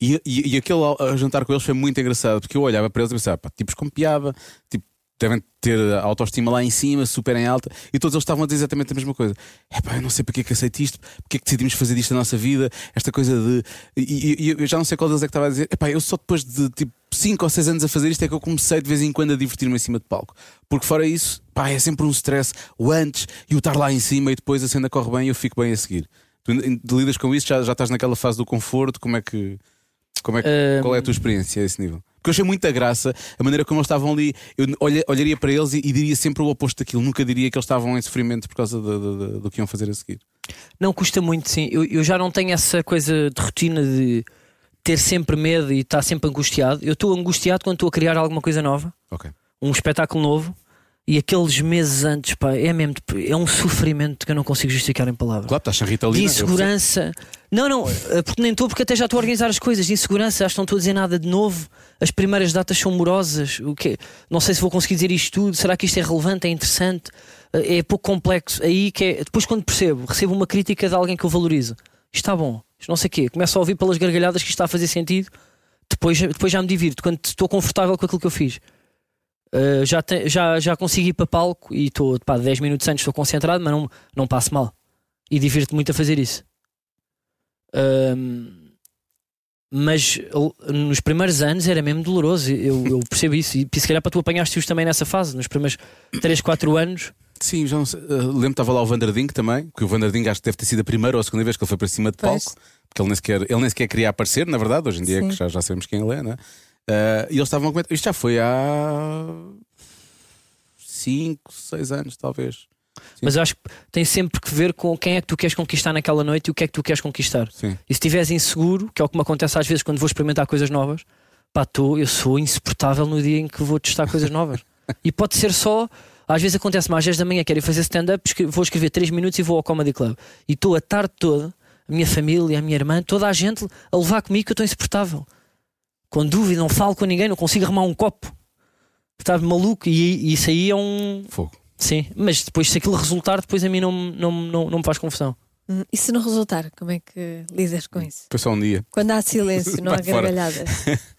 S2: E, e, e aquele ao- a jantar com eles foi muito engraçado, porque eu olhava para eles e pensava, pá, tipos com piada, tipo, devem ter a autoestima lá em cima, super em alta, e todos eles estavam a dizer exatamente a mesma coisa. É pá, eu não sei porque é que aceito isto, porque é que decidimos fazer isto na nossa vida, esta coisa de. E, e- e eu já não sei qual deles é que estava a dizer, é pá, eu só depois de tipo 5 ou 6 anos a fazer isto é que eu comecei de vez em quando a divertir-me em cima de palco. Porque fora isso, pá, é sempre um stress, o antes e o estar lá em cima e depois a cena corre bem e eu fico bem a seguir. Tu ainda- ainda lidas com isso, já, já estás naquela fase do conforto, como é que. Como é que
S5: Ahm.
S2: Qual é a tua experiência a esse nível? Porque eu achei muita graça a maneira como eles estavam ali. Eu olha- olharia para eles e, e diria sempre o oposto daquilo. Nunca diria que eles estavam em sofrimento por causa do, do- do- do que iam fazer a seguir.
S5: Não custa muito, sim. Eu, eu já não tenho essa coisa de rotina de ter sempre medo e estar sempre angustiado. Eu estou angustiado quando estou a criar alguma coisa nova.
S2: Ok.
S5: um espetáculo novo e aqules meses antes, pá, é mesmo é um sofrimento que eu não consigo justificar em palavras.
S2: Claro, estás sem Ritalina.
S5: de
S2: é? eu percebo.
S5: insegurança. Não, não, eh, porque nem estou, porque até já estou a organizar as coisas. De insegurança, acho que não estou a dizer nada de novo. As primeiras datas são morosas. O quê? Não sei se vou conseguir dizer isto tudo. Será que isto é relevante? É interessante? Eh, É pouco complexo. Aí que é. Depois, quando percebo, recebo uma crítica de alguém que eu valorizo. Isto está bom, isto não sei o quê. Começo a ouvir pelas gargalhadas que isto está a fazer sentido. Depois, eh, depois já me divirto. Quando estou confortável com aquilo que eu fiz. Eh, já, te- já, já consigo ir para palco e estou pá, 10 minutos antes, estou concentrado, mas não, não passo mal e divirto-me muito a fazer isso. Ahm, mas l- nos primeiros anos era mesmo doloroso, eu, eu percebo isso. E se calhar para tu apanhaste-os também nessa fase, nos primeiros 3, 4 anos.
S2: Sim, já não sei. Uh, lembro que estava lá o Vanderding também, que o Vanderding acho que deve ter sido a primeira ou a segunda vez que ele foi para cima de
S3: Pois.
S2: palco, porque ele nem sequer, ele nem sequer queria aparecer, na verdade, hoje em dia
S3: Sim.
S2: que já, já sabemos quem ele é, né? Uh, e eles estavam a comentar. Isto já foi há 5, 6 anos, talvez.
S5: Mas eu acho que tem sempre que ver com quem é que tu queres conquistar naquela noite e o que é que tu queres conquistar.
S2: Sim.
S5: E se estiveres inseguro, que é o que me acontece às vezes quando vou experimentar coisas novas, pá, tô, eu sou insuportável no dia em que vou testar coisas novas. e pode ser só, às vezes acontece-me às 10 da manhã, quero ir fazer stand-up, escre- vou escrever 3 minutos e vou ao Comedy Club. E estou a tarde toda, a minha família, a minha irmã, toda a gente a levar comigo que eu estou insuportável. Com dúvida, não falo com ninguém, não consigo arrumar um copo. Estás maluco? E, e isso aí é um,
S2: Fogo.
S5: Sim, mas depois, se aquilo resultar, depois a mim não, me- não, me- não, não me faz confusão.
S3: Hum, E se não resultar, como é que lidas com isso?
S2: Foi só um dia.
S3: Quando há silêncio, não há
S2: Vai fora.
S3: gargalhadas.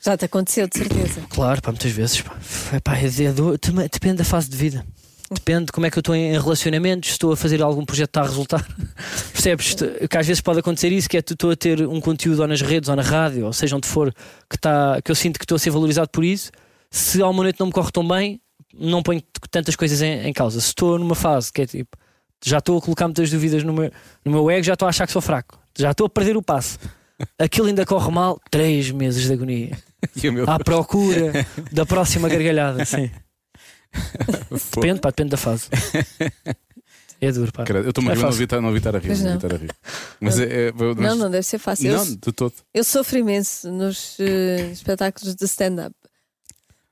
S3: Já te aconteceu, de certeza.
S5: Claro, pá, muitas vezes. Pá. É, pá, é de- do- tem- depende da fase de vida. Depende de como é que eu estou em em relacionamentos, se estou a fazer algum projeto que está a resultar. Percebes? Te- Que às vezes pode acontecer isso, que é tu estou a ter um conteúdo ou nas redes ou na rádio, ou seja onde for, que, está que eu sinto que estou a ser valorizado por isso. Se ao momento não me corre tão bem, não ponho t- tantas coisas em, em causa. Se estou numa fase que é tipo, já estou a colocar muitas dúvidas no meu, no meu ego, já estou a achar que sou fraco, já estou a perder o passo. Aquilo ainda corre mal, três meses de agonia
S2: E o meu
S5: à procura da próxima gargalhada. Sim.
S2: foi.
S5: Depende, pá, depende da fase. É duro, pá.
S2: Credo, Eu também
S5: É
S2: não
S5: fácil.
S2: vi estar não vi estar a rir.
S3: Pois
S2: Não vi
S3: não.
S2: estar a rir. Mas é. é- mas-
S3: Não, não deve ser fácil. Eu-
S2: Não, de todo.
S3: Eu sofro imenso nos eh, espetáculos de stand-up.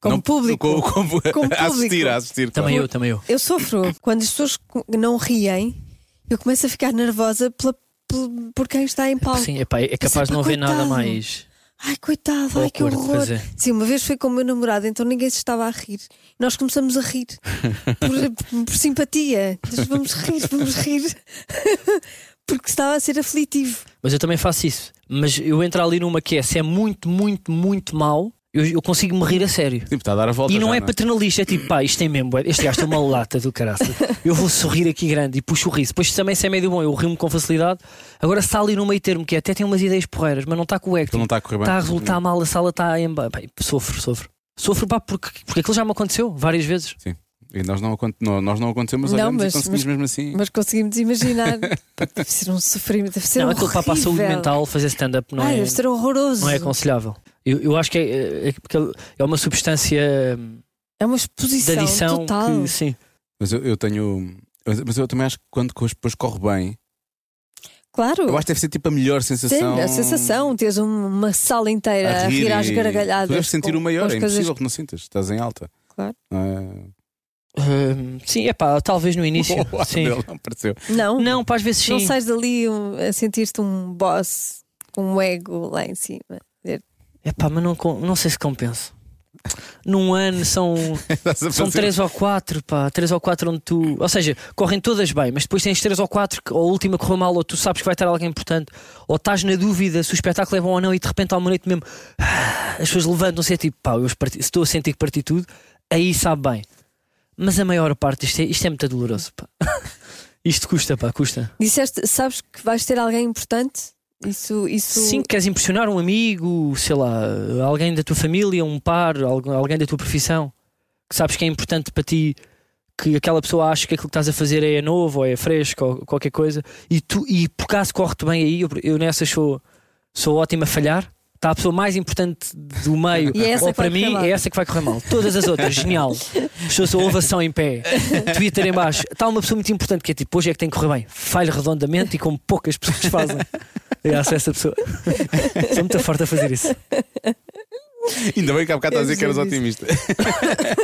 S3: Como
S2: Não-
S3: público.
S2: Com, com-
S3: Como
S2: a assistir,
S3: público.
S2: a assistir.
S5: Também
S2: claro.
S5: eu, também eu.
S3: Eu sofro quando as pessoas co- não riem, eu começo a ficar nervosa pela- pel- por quem está em palco.
S5: Sim, é, pá, é
S3: Mas
S5: capaz de
S3: é
S5: não
S3: pá,
S5: haver nada
S3: coitado.
S5: mais.
S3: Ai, coitado, ai que
S5: Awkward,
S3: horror.
S5: pois é.
S3: Sim, uma vez foi com o meu namorado, então ninguém se estava a rir. Nós começamos a rir por, por simpatia. Diz, Vamos rir, vamos rir. Porque estava a ser aflitivo.
S5: Mas eu também faço isso. Mas eu entro ali numa que é se é muito, muito, muito mau, eu, eu consigo me rir a sério.
S2: Tipo, está a dar a volta.
S5: E não
S2: já,
S5: é paternalista, é tipo, pá, isto tem mesmo, bué- este gajo é uma lata do caraça. Eu vou sorrir aqui grande e puxo o riso. Depois também se é médio bom, eu rimo com facilidade. Agora se está ali no meio termo, que é, até tem umas ideias porreiras, mas não está com o tipo, acting.
S2: Aquilo não está a correr bem.
S5: Está tá a resultar mal, a sala está em. ba- Bem, sofro, sofro. Sofro, pá, porque, porque aquilo já me aconteceu várias vezes.
S2: E nós não, aconte- não- nós não aconteceu, mas
S3: Não,
S2: olhamos
S3: mas-
S2: e conseguimos
S3: mas-
S2: mesmo assim.
S3: Mas conseguimos imaginar. Deve ser um sofrimento, deve ser
S5: não, aquilo
S3: horrível.
S5: pá, para a saúde mental, fazer stand-up não,
S3: Ai,
S5: é,
S3: deve ser horroroso.
S5: não é aconselhável. Eu, eu acho que é, é, porque é uma substância hum,
S3: É uma
S5: de
S3: exposição
S5: adição
S3: total.
S5: que, sim.
S2: Mas eu, eu tenho. Mas mas eu também acho que quando co- depois corre bem,
S3: Claro.
S2: eu acho que deve ser tipo a melhor
S3: Sim,
S2: sensação.
S3: a sensação, tens um- uma sala inteira a rir, às
S2: e-
S3: gargalhadas.
S2: Tu deves sentir
S3: com-
S2: o maior,
S3: com as
S2: é
S3: coisas-
S2: impossível que não sintas, estás em alta.
S3: Claro.
S2: Não é?
S5: Hum, sim, é pá, talvez no início.
S2: Oh,
S5: sim.
S2: Adele, não pareceu.
S3: Não, não,
S5: Não, pá, às vezes sim.
S3: sais dali um, a sentir-te um boss com um ego lá em cima.
S5: É pá, mas não, com- não sei se compensa. Num ano são,
S2: Estás a
S5: são
S2: fazer-
S5: três ou quatro, pá, três ou quatro onde tu. Ou seja, correm todas bem, mas depois tens três ou quatro que ou a última correu mal, ou tu sabes que vai estar alguém importante, ou estás na dúvida se o espetáculo é bom ou não, e de repente há uma noite mesmo ah, as pessoas levantam-se e é tipo, pá, eu parti- se estou a sentir que parti tudo, aí sabe bem. Mas a maior parte, isto é, isto é muito doloroso, pá. Isto custa, pá, custa.
S3: Disseste, sabes que vais ter alguém importante? Isso, isso
S5: Sim, queres impressionar um amigo, sei lá, alguém da tua família, um par, algu- alguém da tua profissão, que sabes que é importante para ti, que aquela pessoa acha que aquilo que estás a fazer é novo ou é fresco ou qualquer coisa, e, tu, e por acaso corre-te bem aí, eu, eu nessa sou, sou ótimo a falhar. Está a pessoa mais importante do meio,
S3: E é essa
S5: ou
S3: que
S5: para
S3: vai correr
S5: mim,
S3: mal.
S5: é essa que vai correr mal. Todas as outras, genial. As pessoas, a ovação em pé, Twitter em baixo. Está uma pessoa muito importante que é tipo, hoje é que tem que correr bem. Falho redondamente e como poucas pessoas fazem. Eu acho essa pessoa. Sou muito forte a fazer isso.
S2: Ainda bem que há bocado estás a dizer que eras
S3: Eu percebo
S2: otimista.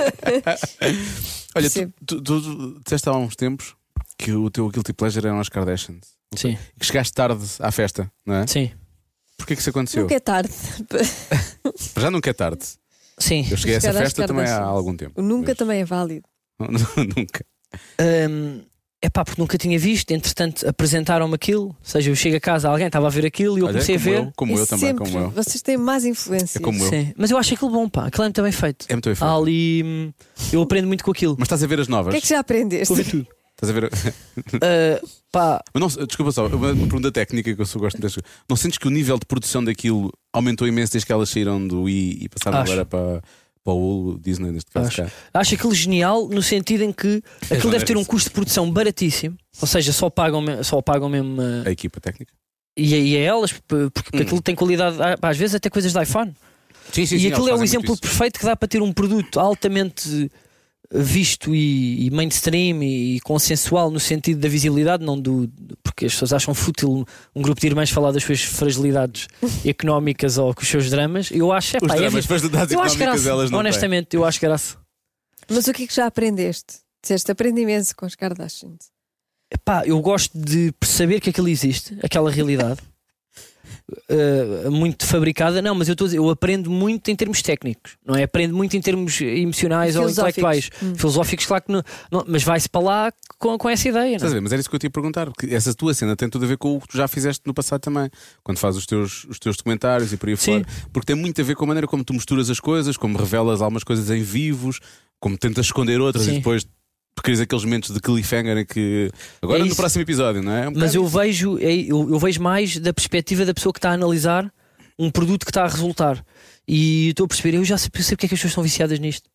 S2: Olha, tu,
S3: Percebo.
S2: tu, tu disseste há uns tempos que o teu guilty pleasure eram as Kardashians.
S5: Sim,
S2: Que chegaste tarde à festa, não é?
S5: sim.
S2: Porquê que isso aconteceu?
S3: nunca é tarde.
S2: Já nunca é tarde.
S5: Sim.
S2: Eu cheguei a essa
S3: Chegar às
S2: festa também há
S3: Kardashians.
S2: algum tempo.
S3: O nunca também é válido.
S2: nunca.
S5: é pá, porque nunca tinha visto, entretanto apresentaram-me aquilo. Ou seja, eu chego a casa, alguém estava a ver aquilo e eu
S2: Olha,
S5: comecei a
S2: como
S5: ver.
S2: eu, como
S3: É
S2: eu também,
S3: sempre.
S2: como eu.
S3: Vocês têm mais influência.
S2: É como eu.
S5: Sim. Mas eu acho aquilo bom, pá. Aquilo é muito bem feito.
S2: É muito bem feito.
S5: Há ali. hum, Eu aprendo muito com aquilo.
S2: Mas estás a ver as
S3: O
S2: novas?
S3: que é que já aprendeste?
S2: Estás a ver.
S5: Ah, pá,
S2: Mas não, desculpa só, uma uma pergunta técnica que eu só gosto de Não sentes que o nível de produção daquilo aumentou imenso desde que elas saíram do I e passaram
S5: Acho.
S2: agora para, para o Disney, neste caso?
S5: Acho.
S2: cá?
S5: acho aquilo genial no sentido em que aquilo deve ter um
S2: isso.
S5: custo de produção baratíssimo, ou seja, só pagam, me- só pagam mesmo eh,
S2: A equipa técnica?
S5: e, é, e a elas, p- porque,
S2: Hum.
S5: porque aquilo tem qualidade, ah, pá, às vezes até coisas de iPhone.
S2: Sim,
S5: e aquilo é um exemplo perfeito que dá para ter um produto altamente eh, visto e, e mainstream e, e consensual no sentido da visibilidade, não do. do- porque as pessoas acham fútil um grupo de irmãs falar das suas fragilidades económicas ou com os seus dramas. Eu acho, é
S2: Os
S5: pá, é,
S2: dramas,
S5: vi-
S2: mas dados
S5: eu acho
S2: económicas
S5: graça,
S2: elas não têm.
S5: honestamente, eu acho graça.
S3: Mas o que é que já aprendeste? Disseste, aprendi imenso com os Kardashians.
S5: Pá, eu gosto de saber que aquilo existe, aquela realidade. eh, muito fabricada, não, mas eu estou a dizer, eu aprendo muito em termos técnicos, não é? Aprendo muito em termos emocionais ou
S3: Filosóficos.
S5: intelectuais, filosóficos, claro que não, não- mas vai-se para lá com, com essa ideia, não
S2: Estás a
S5: é?
S2: ver? Mas era isso que eu te ia perguntar, porque essa tua cena tem tudo a ver com o que tu já fizeste no passado também, quando fazes os teus, os teus documentários e por aí
S5: Sim.
S2: fora, porque tem muito a ver com a maneira como tu misturas as coisas, como revelas algumas coisas em vivos, como tentas esconder outras e
S5: Sim.
S2: depois crias aqueles momentos de cliffhanger em que agora
S5: É
S2: no
S5: isso.
S2: próximo episódio, não é? Um
S5: Mas
S2: bocado
S5: eu vejo, é, eu, eu vejo mais da perspectiva da pessoa que está a analisar um produto que está a resultar. E eu estou a perceber, eu já sei, eu sei porque é que as pessoas estão viciadas nisto.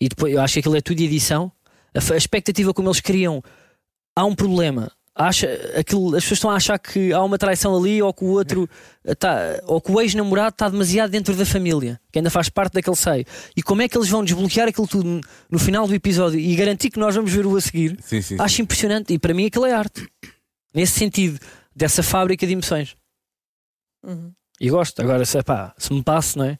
S5: E depois eu acho que aquilo é tudo edição. A, fa- a expectativa como eles criam, há um problema. Acha, aquilo, as pessoas estão a achar que há uma traição ali ou que o outro está, ou que o ex-namorado está demasiado dentro da família, que ainda faz parte daquele seio. E como é que eles vão desbloquear aquilo tudo no final do episódio e garantir que nós vamos ver o a seguir?
S2: Sim, sim.
S5: Acho impressionante e para mim aquilo é arte. Nesse sentido, dessa fábrica de emoções.
S3: Uhum.
S5: E gosto, agora se, pá, se me passo, não é?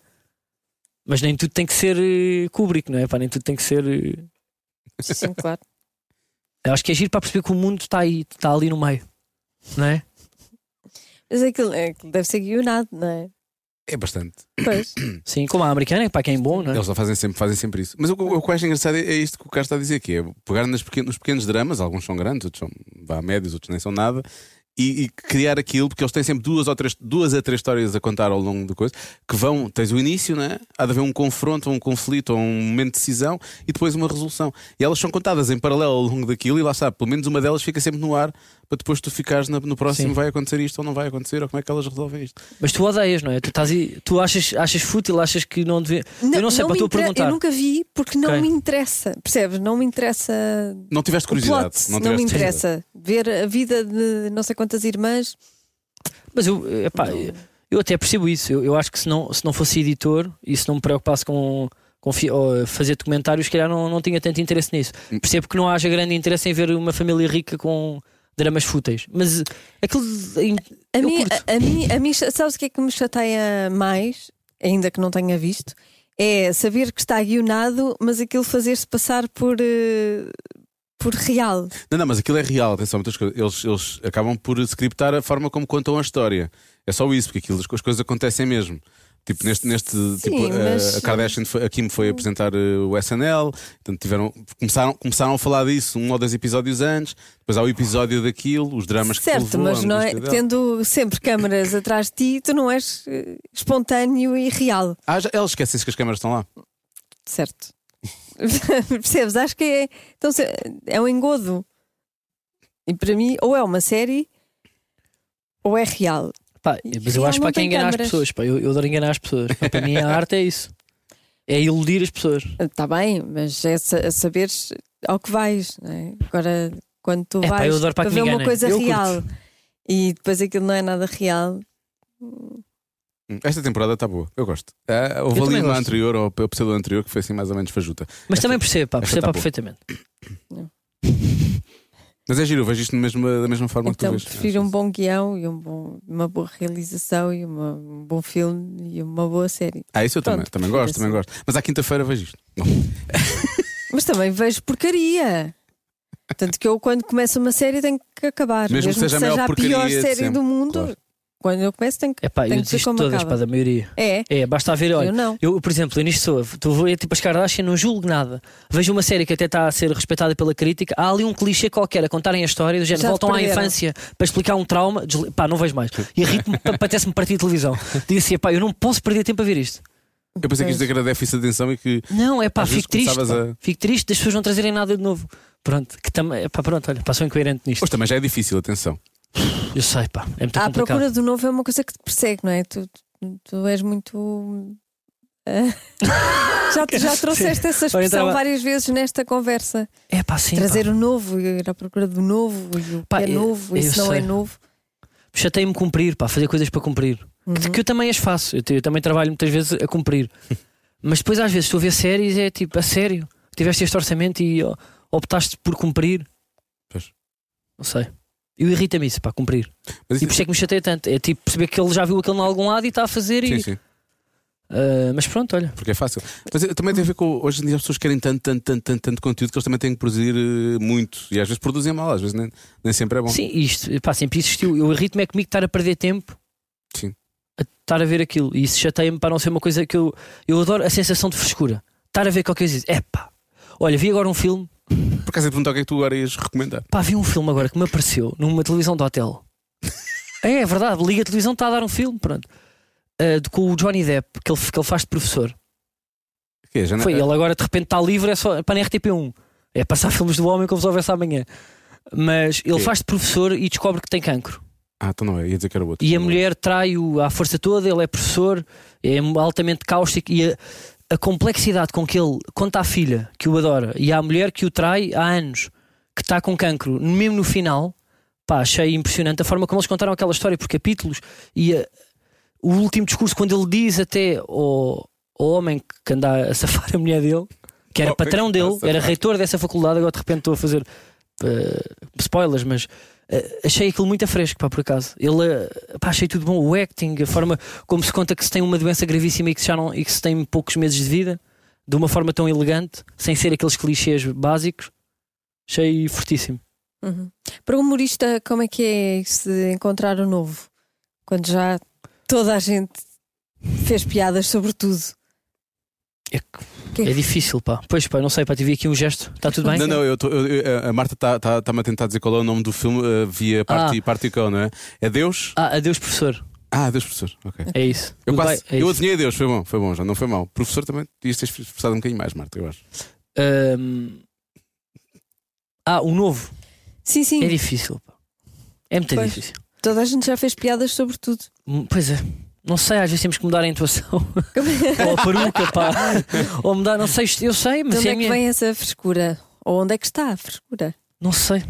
S5: Mas nem tudo tem que ser eh, Kubrick, não é? Pá, nem tudo tem que ser. eh,
S3: Sim, claro.
S5: Eu acho que é giro para perceber que o mundo está aí, está ali no meio, não é?
S3: Mas aquilo, é, aquilo deve ser guionado, não é?
S2: É bastante.
S3: Pois.
S5: Sim, como a americana, para quem é bom, não é?
S2: Eles só fazem sempre, fazem sempre isso. Mas o, que- o que eu acho engraçado é, é isto que o Carlos está a dizer: que é pegar nas pequen- nos pequenos dramas, alguns são grandes, outros são vá, médios, outros nem são nada, e, e criar aquilo, porque eles têm sempre duas, ou três, duas a três histórias a contar ao longo do coisa, que vão, tens o início, né? há de haver um confronto, ou um conflito, ou um momento de decisão, e depois uma resolução. E elas são contadas em paralelo ao longo daquilo, e lá está, pelo menos uma delas fica sempre no ar, para depois tu ficares na- no próximo,
S5: Sim.
S2: vai acontecer isto ou não vai acontecer, ou como é que elas resolvem isto.
S5: Mas tu odeias, não é? Tu, estás aí- tu achas, achas fútil, achas que não devia. eu não sei, para
S3: me
S5: tu
S3: inter-
S5: perguntar.
S3: Eu nunca vi porque não
S5: Ok.
S3: me interessa, percebes? Não me interessa
S2: Não tiveste
S3: o
S2: curiosidade.
S3: plot,
S2: não
S3: não me
S2: tiveste curiosidade.
S3: interessa. Ver a vida de não sei quantas irmãs,
S5: Mas eu, epá, eu- eu até percebo isso. Eu, eu acho que se não, se não fosse editor e se não me preocupasse com, com fi- ou eh, fazer documentários, se calhar não, não tinha tanto interesse nisso.
S3: Hum.
S5: Percebo que não haja grande interesse em ver uma família rica com dramas fúteis. Mas eh, aquilo. de- em-
S3: A
S5: eu
S3: mim,
S5: curto.
S3: a, a mim, a mim, cha- sabes o que é que me chateia mais, ainda que não tenha visto? É saber que está guionado, mas aquilo fazer-se passar por, eh, por real.
S2: Não, não, mas aquilo é real, atenção, muitas coisas. Eles, eles acabam por scriptar a forma como contam a história. É só isso, porque aquilo, as coisas acontecem mesmo. Tipo, neste, neste tipo,
S3: mas- Hum.
S2: a, a Kardashian foi, a Kim foi apresentar eh, o SNL, portanto, tiveram, começaram, começaram a falar disso um ou dois episódios antes, depois há o episódio daquilo, os dramas que
S3: certo,
S2: levou, a
S3: mas não é,
S2: angústia dela.
S3: tendo sempre câmaras atrás de ti, tu não és eh, espontâneo e real,
S2: Ah, já, eles esquecem-se que as câmaras estão lá.
S3: certo? Percebes? Acho que é, então, se- é um engodo. E para mim, ou é uma série, ou é real.
S5: Pá, mas eu
S3: Real
S5: acho que
S3: não
S5: para
S3: tem
S5: quem enganar as
S3: câmaras.
S5: pessoas. Pá, eu, eu adoro enganar as pessoas. Pá, para mim a arte é isso. É iludir as pessoas.
S3: Está bem, mas é sa- saberes ao que vais, não é? Agora, quando tu
S5: É, pá,
S3: vais
S5: eu adoro para que
S3: ver
S5: me
S3: uma
S5: enganem.
S3: coisa
S5: Eu
S3: real e depois aquilo não é nada real,
S2: Hum, Esta temporada está boa, eu gosto. Ah, houve ali
S5: Eu também
S2: uma
S5: gosto.
S2: anterior, ou a pseudo anterior, que foi assim mais ou menos fajuta.
S5: Mas também percebo, pá,
S2: esta
S5: percebo
S2: tá
S5: pá,
S2: boa.
S5: perfeitamente.
S2: Mas é giro, eu vejo isto mesmo, da mesma forma
S3: então
S2: que tu vês.
S3: prefiro um bom guião e um bom- uma boa realização e uma- um bom filme e uma boa série.
S2: Ah, isso eu também,
S3: Pronto,
S2: também
S3: prefiro
S2: gosto, também
S3: assim.
S2: gosto. Mas à quinta-feira vejo isto. Não.
S3: Mas também vejo porcaria. Tanto que eu, quando começo uma série, tenho que acabar.
S2: Mesmo que seja a maior porcaria
S3: pior
S2: de
S3: série
S2: sempre,
S3: do mundo,
S2: claro.
S3: quando eu começo, tenho que.
S5: É pá, eu
S3: Tem que ser
S5: desisto
S3: como
S5: de todas,
S3: acaba.
S5: pá, da maioria.
S3: É,
S5: É, basta haver, olha,
S3: eu não. Ah,
S5: Eu, por exemplo, eu nisto sou, tu vou tipo as Kardashian, não julgo nada. Vejo uma série que até está a ser respeitada pela crítica. Há ali um clichê qualquer a contarem a história, do género,
S3: Já te
S5: voltam à
S3: perderam.
S5: infância para explicar um trauma. Desli... Pá, não vejo mais. Irrito-me, pa- apetece-me partir a televisão. Digo assim, pá, eu não posso perder tempo a ver isto.
S2: Eu pensei que isto
S3: Pois.
S2: é que era déficit de atenção e que
S5: Não, é pá,
S2: Às vezes
S5: fico triste.
S2: começavas
S5: pá.
S2: a-
S5: Fico triste das pessoas não trazerem nada de novo. Pronto, que também, pá, pronto, olha, passou incoerente nisto.
S2: hoje também já é difícil, atenção.
S5: Eu sei, pá, é muito
S3: à
S5: complicado.
S3: procura do novo é uma coisa que te persegue, não é? Tu, tu- tu és muito. eh, já, já trouxeste essa
S5: Olha,
S3: expressão
S5: estava-
S3: várias vezes nesta conversa.
S5: É pá, sim.
S3: Trazer
S5: pá.
S3: o novo, e ir à procura do novo, e o que
S5: Pá,
S3: é
S5: eu-
S3: novo, e
S5: eu
S3: se não é
S5: sei.
S3: novo.
S5: Chatei-me cumprir, pá, fazer coisas para cumprir. Que,
S3: Uhum.
S5: que eu também as faço, eu, te- eu também trabalho muitas vezes a cumprir. Mas depois às vezes estou a ver séries é tipo, a sério, tiveste este orçamento e ó, optaste por cumprir.
S2: Pois.
S5: Não sei. Eu irrita-me isso, para cumprir.
S2: Mas
S5: E
S2: isso-
S5: por isso é que me chateia tanto. É tipo perceber que ele já viu aquilo em algum lado e está a fazer
S2: Sim,
S5: e.
S2: sim,
S5: Ah, mas pronto, olha.
S2: porque é fácil. Mas eh, também tem a ver com. Hoje em dia as pessoas querem tanto, tanto, tanto, tanto, tanto conteúdo que eles também têm que produzir eh, muito. E às vezes produzem mal, às vezes nem, nem sempre é bom.
S5: Sim, isto, pá, sempre existiu. Eu irrito-me é comigo estar a perder tempo
S2: Sim.
S5: estar a ver aquilo. E isso chateia-me para não ser uma coisa que eu. Eu adoro a sensação de frescura. Estar a ver qualquer coisa e dizer, epá, olha, vi agora um filme,
S2: Por acaso ia perguntar o que é que tu agora ias recomendar.
S5: pá, vi um filme agora que me apareceu numa televisão do hotel. é, é verdade, liga a televisão, está a dar um filme, pronto. Ah, de- com o Johnny Depp, que ele, que ele faz de professor.
S2: Que é, já não-
S5: Foi, ele agora de repente está livre, é só para na RTP1. É passar filmes do homem como se houvesse amanhã. Mas ele
S2: Sim.
S5: faz de professor e descobre que tem cancro.
S2: Ah, então não é, ia dizer que era outro.
S5: E a mulher trai-o à força toda, ele é professor, é altamente cáustico e a, a complexidade com que ele conta à filha, que o adora, e à mulher que o trai há anos, que está com cancro, mesmo no final, pá, achei impressionante a forma como eles contaram aquela história por capítulos e a- o último discurso, quando ele diz até ao, ao homem que anda a safar a mulher dele, que era
S2: Homem
S5: patrão
S2: que está a
S5: dele, era
S2: safar.
S5: reitor dessa faculdade, agora de repente estou a fazer eh, spoilers, mas eh, achei aquilo muito a fresco, pá, por acaso. Ele, eh, pá, achei tudo bom, o acting, a forma como se conta que se tem uma doença gravíssima e que, se já não, e que se tem poucos meses de vida, de uma forma tão elegante, sem ser aqueles clichês básicos. Achei fortíssimo.
S3: Uhum. Para o humorista, como é que é se encontrar o novo? Quando já toda a gente fez piadas sobre tudo.
S5: É,
S3: Que-
S5: é difícil, pá. Pois, pá, não sei, pá, tive aqui um gesto. Está tudo bem?
S2: Não, não, eu tô- eu- eu- a Marta está-me a tentar dizer qual é o nome do filme eh, via parte,
S5: Ah.
S2: parte e cão, não é? É Deus?
S5: Ah, adeus, professor.
S2: Ah, Deus, professor. Ok.
S5: É isso.
S2: Eu,
S5: Goodbye,
S2: quase,
S5: é
S2: eu
S5: isso.
S2: adivinhei a Deus, foi bom, foi bom, já não foi mal. Professor também, devias ter expressado um bocadinho mais, Marta, eu acho.
S5: Ahm, Ah, o novo.
S3: Sim, sim,
S5: É difícil, pá. É muito
S3: Hum. Pois.
S5: difícil.
S3: toda a gente já fez piadas sobre tudo.
S5: Hum, Pois é. Não sei, às vezes temos que mudar a intuação. Ou a peruca, pá. Ou mudar, não sei, eu sei,
S3: De
S5: mas
S3: onde
S5: é
S3: é
S5: a
S3: que
S5: minha.
S3: vem essa frescura? Ou onde é que está a frescura?
S5: Não sei.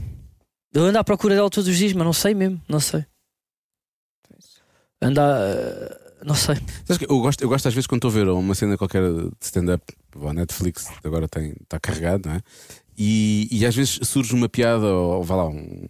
S5: Eu ando à procura dela todos os dias, mas não sei mesmo, não sei. Ando a... eh, Não sei.
S2: Sabes que eu gosto, eu gosto às vezes quando estou a ver uma cena qualquer de stand-up, a Netflix agora tem, está carregado, não é? E, e às vezes surge uma piada, ou, ou vá lá, um-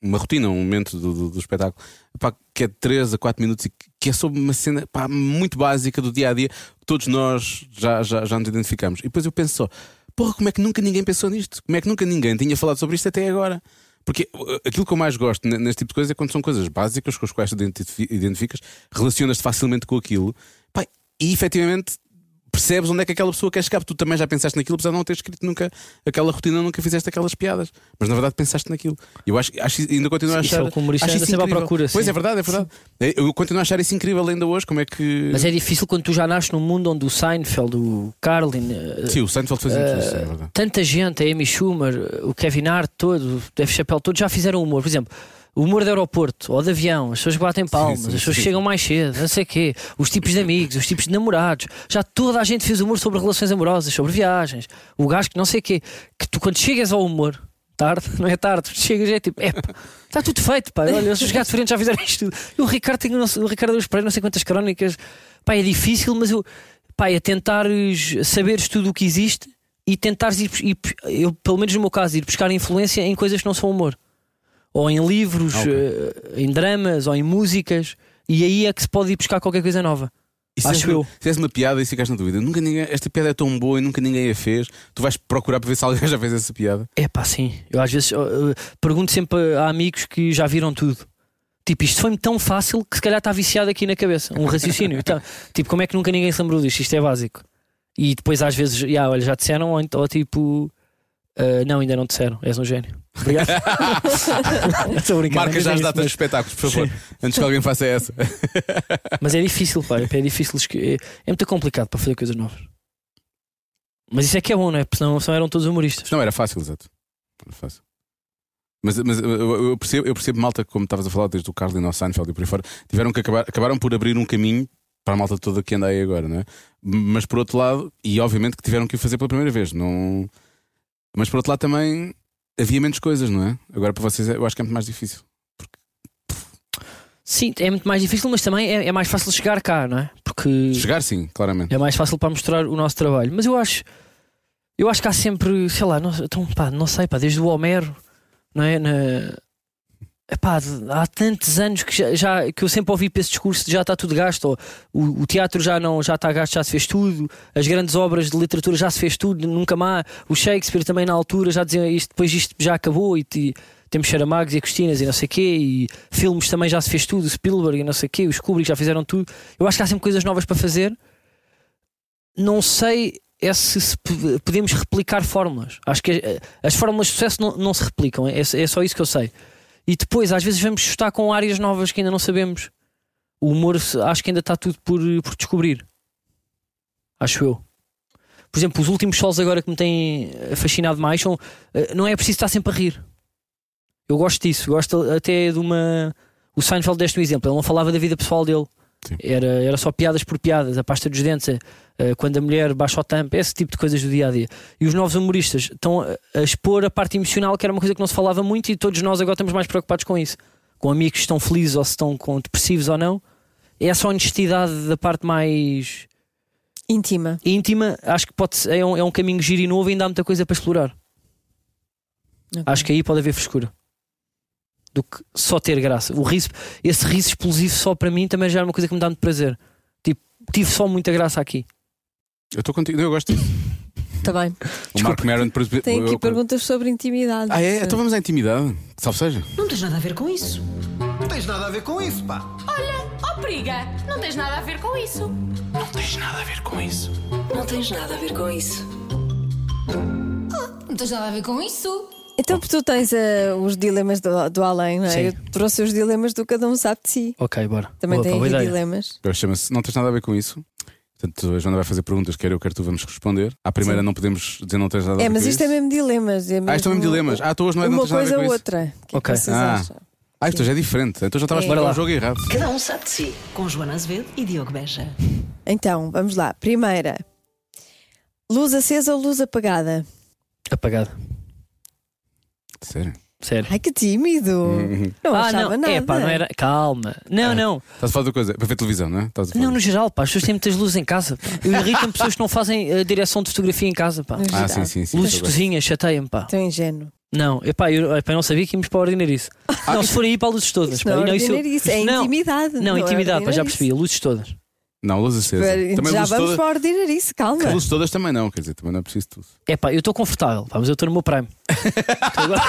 S2: uma rotina, um momento do, do- do espetáculo, pá, que é de 3 a 4 minutos e que- que é sobre uma cena pá, muito básica do dia a dia, que todos nós já, já, já nos identificamos. E depois eu penso só, porra, como é que nunca ninguém pensou nisto? Como é que nunca ninguém tinha falado sobre isto até agora? Porque uh, aquilo que eu mais gosto ne- neste tipo de coisa é quando são coisas básicas com as quais te identifi- identificas, relacionas-te facilmente com aquilo pá, e efetivamente percebes onde é que aquela pessoa quer chegar. porque Tu também já pensaste naquilo, apesar de não ter escrito nunca aquela rotina, nunca fizeste aquelas piadas, mas na verdade pensaste naquilo. E Eu acho, acho ainda continuo a
S5: Isso
S2: achar.
S5: é o que o humorista
S2: acho
S5: anda
S2: isso
S5: sempre à
S2: incrível.
S5: procura,
S2: Pois
S5: sim.
S2: é verdade, é verdade. Eu continuo a achar isso incrível ainda hoje. Como é que.
S5: Mas é difícil quando tu já nasces num mundo onde o Seinfeld, o Carlin, eh,
S2: Sim, o Seinfeld fazia muito isso, é verdade.
S5: tanta gente, a Amy Schumer, o Kevin Hart, todo, o Dave Chappelle, todos já fizeram humor. Por exemplo, o humor de aeroporto ou de avião, as pessoas batem palmas,
S2: sim,
S5: as pessoas
S2: sim.
S5: chegam mais cedo, não sei o quê, os tipos de amigos, os tipos de namorados. Já toda a gente fez humor sobre relações amorosas, sobre viagens, o gajo que não sei o quê. Que tu, quando chegas ao humor, tarde, não é tarde, chegas e é tipo, epá, está tudo feito, pá. Olha, os gatos diferentes já fizeram isto tudo. E o Ricardo tem, não sei- o Ricardo Aros Pereira, não sei quantas crónicas. Pá, é difícil, mas eu, pá, é tentares saberes tudo o que existe e tentares ir, ir- eu, pelo menos no meu caso, ir buscar influência em coisas que não são humor. Ou em livros,
S2: Ah, ok.
S5: eh, em dramas, ou em músicas. E aí é que se pode ir buscar qualquer coisa nova.
S2: E se
S5: Acho
S2: fizesse-
S5: eu.
S2: Se fizesse uma piada e ficaste na dúvida, nunca ninguém, esta piada é tão boa e nunca ninguém a fez, tu vais procurar para ver se alguém já fez essa piada.
S5: É pá, sim. Eu às vezes eh, pergunto sempre a amigos que já viram tudo. Tipo, isto foi-me tão fácil que se calhar está viciado aqui na cabeça. Um raciocínio. Então, tipo, como é que nunca ninguém se lembrou disto? Isto é básico. E depois às vezes, já, olha, já disseram, ou, ent- ou tipo, eh, não, ainda não disseram, és um gênio. Obrigado. Estou a brincar,
S2: Marca
S5: mas
S2: já
S5: é
S2: as
S5: isso
S2: datas dos
S5: mesmo.
S2: espetáculos, por favor, antes que alguém faça essa.
S5: Mas é difícil, pá. É difícil. esque- É, é muito complicado para fazer coisas novas. Mas isso é que é bom, não é? Porque senão, senão eram todos humoristas.
S2: Não, era fácil, exato. Era fácil. Mas, mas eu- eu, eu percebo, eu percebo, malta, como estavas a falar, desde o Carlin ao Seinfeld e por aí fora, tiveram que acabar, acabaram por abrir um caminho para a malta toda que anda aí agora, não é? Mas por outro lado, e obviamente que tiveram que o fazer pela primeira vez, não. Mas por outro lado também havia menos coisas, não é? Agora para vocês eu acho que é muito mais difícil.
S5: Sim, é muito mais difícil, mas também é, é mais fácil chegar cá, não é?
S3: Hum.
S5: Porque.
S2: Chegar sim, claramente.
S5: É mais fácil para mostrar o nosso trabalho. Mas eu acho, eu acho que há sempre, sei lá, não, então, pá, não sei, pá, desde o Homero, não é? Na- epá, de- há tantos anos que, já, já- que eu sempre ouvi para esse discurso de já está tudo gasto, ou o, o teatro já não já está gasto, já se fez tudo, as grandes obras de literatura já se fez tudo, nunca mais. O Shakespeare também na altura já dizia isto, depois isto já acabou e, ti- temos Charamagos e Agostinas e não sei o quê, e filmes também já se fez tudo, Spielberg e não sei o quê, os Kubrick já fizeram tudo. Eu acho que há sempre coisas novas para fazer. Não sei é se, se p- podemos replicar fórmulas. Acho que eh, as fórmulas de sucesso não, não se replicam, é, é só isso que eu sei. E depois, às vezes, vamos chutar com áreas novas que ainda não sabemos. O humor, se- acho que ainda está tudo por, por descobrir. Acho eu. Por exemplo, os últimos solos agora que me têm eh, fascinado mais são. eh, Não é preciso estar sempre a rir. Eu gosto disso. Gosto até de uma. O Seinfeld deste um exemplo. Ele não falava da vida pessoal dele.
S2: Sim.
S5: Era, era só piadas por piadas. A pasta dos dentes, eh, eh, quando a mulher baixa o tampo, esse tipo de coisas do dia a dia. E os novos humoristas estão a, a expor a parte emocional, que era uma coisa que não se falava muito, e todos nós agora estamos mais preocupados com isso. Com amigos que estão felizes ou se estão com depressivos ou não. É essa honestidade da parte mais
S3: Íntima.
S5: íntima, acho que pode ser- é, um, é um caminho giro e novo e ainda há muita coisa para explorar. Acho que aí pode haver frescura. Do que só ter graça. O riso, esse riso explosivo só para mim também já é uma coisa que me dá muito prazer. Tipo, tive só muita graça aqui.
S2: Eu estou contigo, eu gosto disso.
S5: é-
S3: Está Tá bem.
S2: O Marco Maron, por exemplo.
S3: Tem aqui
S2: eu-
S3: perguntas sobre intimidade.
S2: Ah, é? Então vamos à intimidade. Salve seja.
S1: Não tens nada a ver com isso.
S6: Não tens nada a ver com isso, pá.
S7: Olha, ó periga, não tens nada a ver com isso.
S1: Não tens nada a ver com isso.
S7: Não tens nada a ver com isso.
S3: Então, porque tu tens eh, os dilemas do, do além, não é?
S5: Sim.
S3: Eu trouxe os dilemas do cada um sabe de si.
S5: Ok, bora.
S3: Também
S5: Boa,
S3: tem
S5: pá, boa
S3: aqui
S5: ideia.
S3: dilemas.
S2: Agora chama-se Não Tens Nada a Ver Com Isso. Portanto, a Joana vai fazer perguntas, quer eu, quer tu, vamos responder. À primeira não podemos dizer Não Tens Nada a Ver
S3: É, mas
S2: Com
S3: isto é
S2: Isso.
S3: mesmo dilemas. É
S2: Ah, isto é mesmo dilemas. Ah, tu hoje não é Não
S3: Uma
S2: Tens Nada a Ver
S3: coisa
S2: Com
S3: ou
S2: Isso.
S3: outra. O que é que
S5: Ok.
S3: vocês
S2: Ah.
S3: acham?
S2: Ah, isto já é diferente. Então já estava a
S3: É.
S2: explicar
S5: Bora lá.
S2: o jogo errado.
S1: Cada um sabe de si. Com Joana Azevedo e Diogo Beja.
S3: Então, vamos lá. Primeira. Luz acesa ou luz apagada?
S5: Apagado.
S3: É.
S2: Sério.
S5: Sério.
S3: Ai, que tímido.
S2: Hum.
S3: Não
S5: ah,
S3: achava
S5: não.
S3: nada.
S5: É, pá, não era. Calma.
S2: Ah,
S5: Não, não.
S2: Estás a falar de coisa? Para ver televisão, não é? Estás a falar
S5: Não, no
S2: disso.
S5: geral, pá, as pessoas têm muitas luzes em casa. pá. Eu irrito-me pessoas que não fazem a direção de fotografia em casa, pá.
S3: No
S2: Ah,
S3: geral.
S2: sim, sim, sim.
S5: Luzes de
S2: Agora.
S5: cozinha, chateia-me, pá.
S3: Tão ingênuo.
S5: Não, epá, eu, epá, eu não sabia que íamos para ordenar isso.
S2: Ah,
S5: não, se for aí para luzes todas.
S3: Não,
S5: pá,
S3: não,
S5: e
S3: isso, é
S5: não,
S3: intimidade.
S5: Não,
S3: é
S5: intimidade, pá, já
S3: ordinar isso.
S5: percebi, luzes todas.
S2: Não, luz acesa.
S3: Espera,
S2: Também
S3: já
S2: luzes
S3: vamos
S2: todas.
S3: para ordenar isso, calma.
S2: Luzes todas também não, quer dizer, também não é preciso tudo.
S5: Epá, eu estou confortável, pá, mas eu estou no meu prime. Estou agora-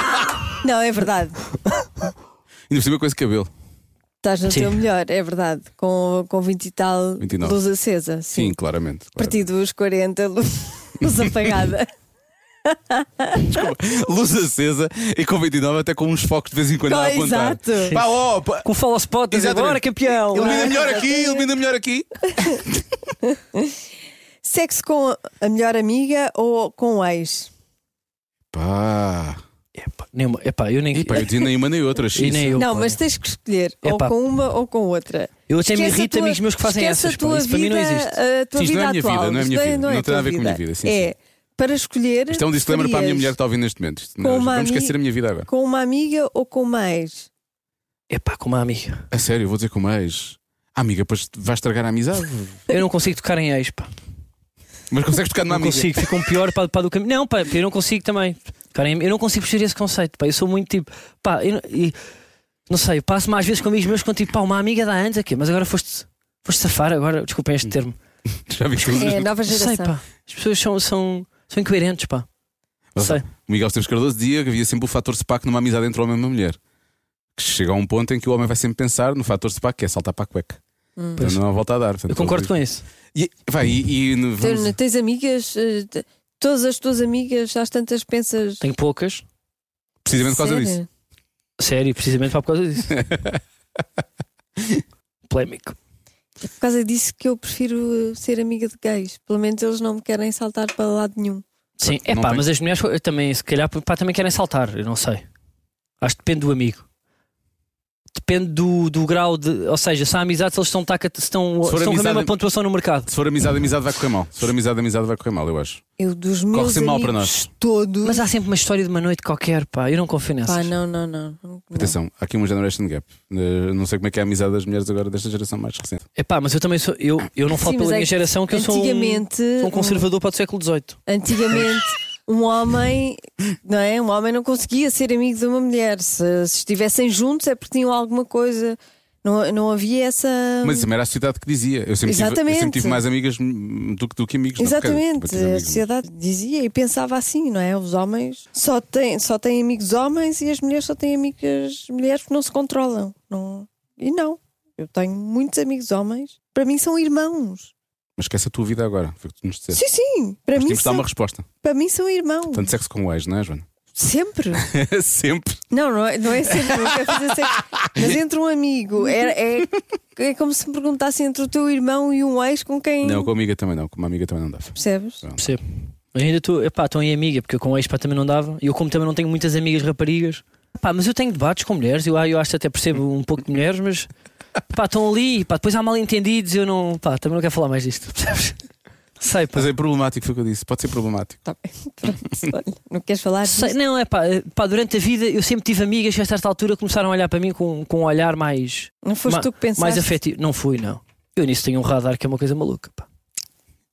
S3: Não, é verdade.
S2: Ainda por cima com esse cabelo.
S3: Estás no
S5: Sim.
S3: teu melhor, é verdade. Com, com 20 e tal
S2: 29.
S3: luz acesa.
S2: Sim,
S3: Sim.
S2: claramente.
S3: A partir dos 40, luz, luz apagada.
S2: claramente. Luz acesa e com 29 até com uns focos de vez em quando a apontar.
S3: Ah, Exato.
S2: Pá, ó, pá,
S5: Com o follow spot, diz
S2: Exatamente.
S5: agora campeão. é?
S2: ilumina melhor aqui, ilumina melhor aqui.
S3: Sexo com a melhor amiga ou com o ex?
S2: Pá.
S5: Epá, nem uma- epá, eu nem.
S2: E pá, eu dizia nem uma nem outra.
S5: E nem eu,
S3: não,
S5: pá.
S3: mas tens que escolher ou
S5: Epá.
S3: com uma ou com outra.
S5: Eu até me
S3: Esquece a
S5: irrito
S3: tua-
S5: amigos meus que fazem
S3: esquece
S5: essas,
S3: a
S5: pá,
S3: tua
S5: isso para mim não
S3: vida,
S5: existe.
S3: A tua
S2: Sim, isto
S3: vida
S2: não é a minha
S3: atual.
S2: vida, não é a minha
S3: Isto
S2: vida.
S3: é
S2: Não
S3: a
S2: tem nada a ver
S3: tua
S2: com a minha vida, sim,
S3: é, para escolher.
S2: Isto é um disclaimer para a minha mulher que
S3: preferias
S2: está a ouvir neste momento. Isto-
S3: Com uma
S2: Vamos esquecer
S3: amiga-
S2: a minha vida agora.
S3: Com uma amiga ou com mais?
S5: Epá, com uma amiga.
S2: A sério, eu vou dizer com mais. Ah, amiga, pois vai estragar a amizade.
S5: Eu não consigo tocar em ex, pá.
S2: Mas consegues tocar numa
S5: Não
S2: amiga.
S5: consigo, fica um pior para, para do caminho. Não, pá, eu não consigo também. Cara, eu não consigo perceber esse conceito, pá. Eu sou muito tipo, pá, eu não, e- não sei, eu passo mais vezes com amigos meus quando tipo, pá, uma amiga da antes aqui, mas agora foste, foste safar, agora, desculpem este termo.
S2: Já vi que
S3: É, nova
S5: Não sei,
S3: geração.
S5: pá. As pessoas são, são, são incoerentes, pá. Não
S2: Mas-
S5: sei.
S2: O Miguel Esteves Cardoso dizia que havia sempre o fator SPAC numa amizade entre o homem e uma mulher. Que chega a um ponto em que o homem vai sempre pensar no fator SPAC, que é saltar para a cueca. Então
S5: Hum. Pois.
S2: não há volta a dar.
S5: Eu concordo Então, com isso.
S2: E, vai, e, e no-
S3: Tens-
S2: vamos-
S3: Tens amigas, eh, te- todas as tuas amigas, às tantas pensas.
S5: Tenho poucas.
S2: precisamente por causa
S3: sério?
S2: disso.
S5: Sério, precisamente por causa disso. Polémico.
S3: É por causa disso que eu prefiro eh, ser amiga de gays. Pelo menos eles não me querem saltar para lado nenhum.
S5: Sim, é
S2: Não
S5: pá,
S2: tem.
S5: mas as mulheres eu também, se calhar, pá, também querem saltar, eu não sei. Acho que depende do amigo. Depende do, do grau de. Ou seja, se há amizade, se eles estão, taca- se estão,
S2: Se for
S5: se estão com a
S2: amizade-
S5: mesma pontuação no mercado.
S2: Se for amizade, amizade vai correr mal. Se for amizade, amizade vai correr mal, eu acho.
S3: Eu dos meus
S2: sempre
S3: amigos
S2: mal para
S3: todos.
S5: Mas há sempre uma história de uma noite qualquer, pá. Eu não confio
S3: Pá,
S5: nessas.
S3: não, não, não. não.
S2: Atenção, há aqui um generation gap. Eh, Não sei como é que é a amizade das mulheres agora desta geração mais recente.
S5: É pá, mas eu também sou. Eu, eu não falo
S3: Sim,
S5: pela
S3: mas é
S5: minha
S3: que
S5: geração que eu sou um,
S3: Antigamente.
S5: sou um conservador para o século XVIII.
S3: Antigamente um homem, não é? Um homem não conseguia ser amigo de uma mulher. Se, se estivessem juntos é porque tinham alguma coisa. Não, não havia essa.
S2: Mas isso também era a sociedade que dizia. Eu sempre, tive, eu sempre
S3: Hum. Exatamente.
S2: tive mais amigas hum, do que, do que amigos. não é? Porque
S3: Exatamente,
S2: eu tive
S3: a
S2: amigos.
S3: sociedade dizia e pensava assim, não é? Os homens só têm, só têm amigos homens e as mulheres só têm amigas mulheres porque não se controlam. Não... E não, eu tenho muitos amigos homens, para mim são irmãos.
S2: Mas esquece a tua vida agora. Foi o que tu nos disseste.
S3: Sim, sim, para,
S2: É. Mas temos
S3: mim
S2: de dar
S3: são,
S2: uma resposta.
S3: para mim são irmãos.
S2: Tanto sexo com o ex, não é, Joana?
S3: Sempre.
S2: sempre.
S3: Não, não é, não é sempre, não quero fazer sexo. Mas entre um amigo, é, é, é como se me perguntasse entre o teu irmão e um ex com quem.
S2: Não, com a amiga também não. Com uma amiga também não dava.
S3: Percebes?
S5: Percebo. Mas ainda estou, epá, estou em amiga, porque eu com ex pá, também não dava. E eu, como também não tenho muitas amigas raparigas, pá, mas eu tenho debates com mulheres. Eu, eu acho que até percebo um pouco de mulheres, mas pá, estão ali, pá, depois há mal entendidos. Eu não, pá, também não quero falar mais disto, percebes? Sei, pá.
S2: Mas é problemático, foi o que eu disse. Pode ser problemático.
S3: Tá bem. Pronto, olha, não queres falar?
S5: Sei-
S3: disto?
S5: não, é pá, eh, pá, durante a vida eu sempre tive amigas que a certa altura começaram a olhar para mim com, com um olhar mais,
S3: Não foste
S5: ma-
S3: tu que pensaste.
S5: mais afetivo. Não fui, não. Eu nisso tenho um radar que é uma coisa maluca, pá.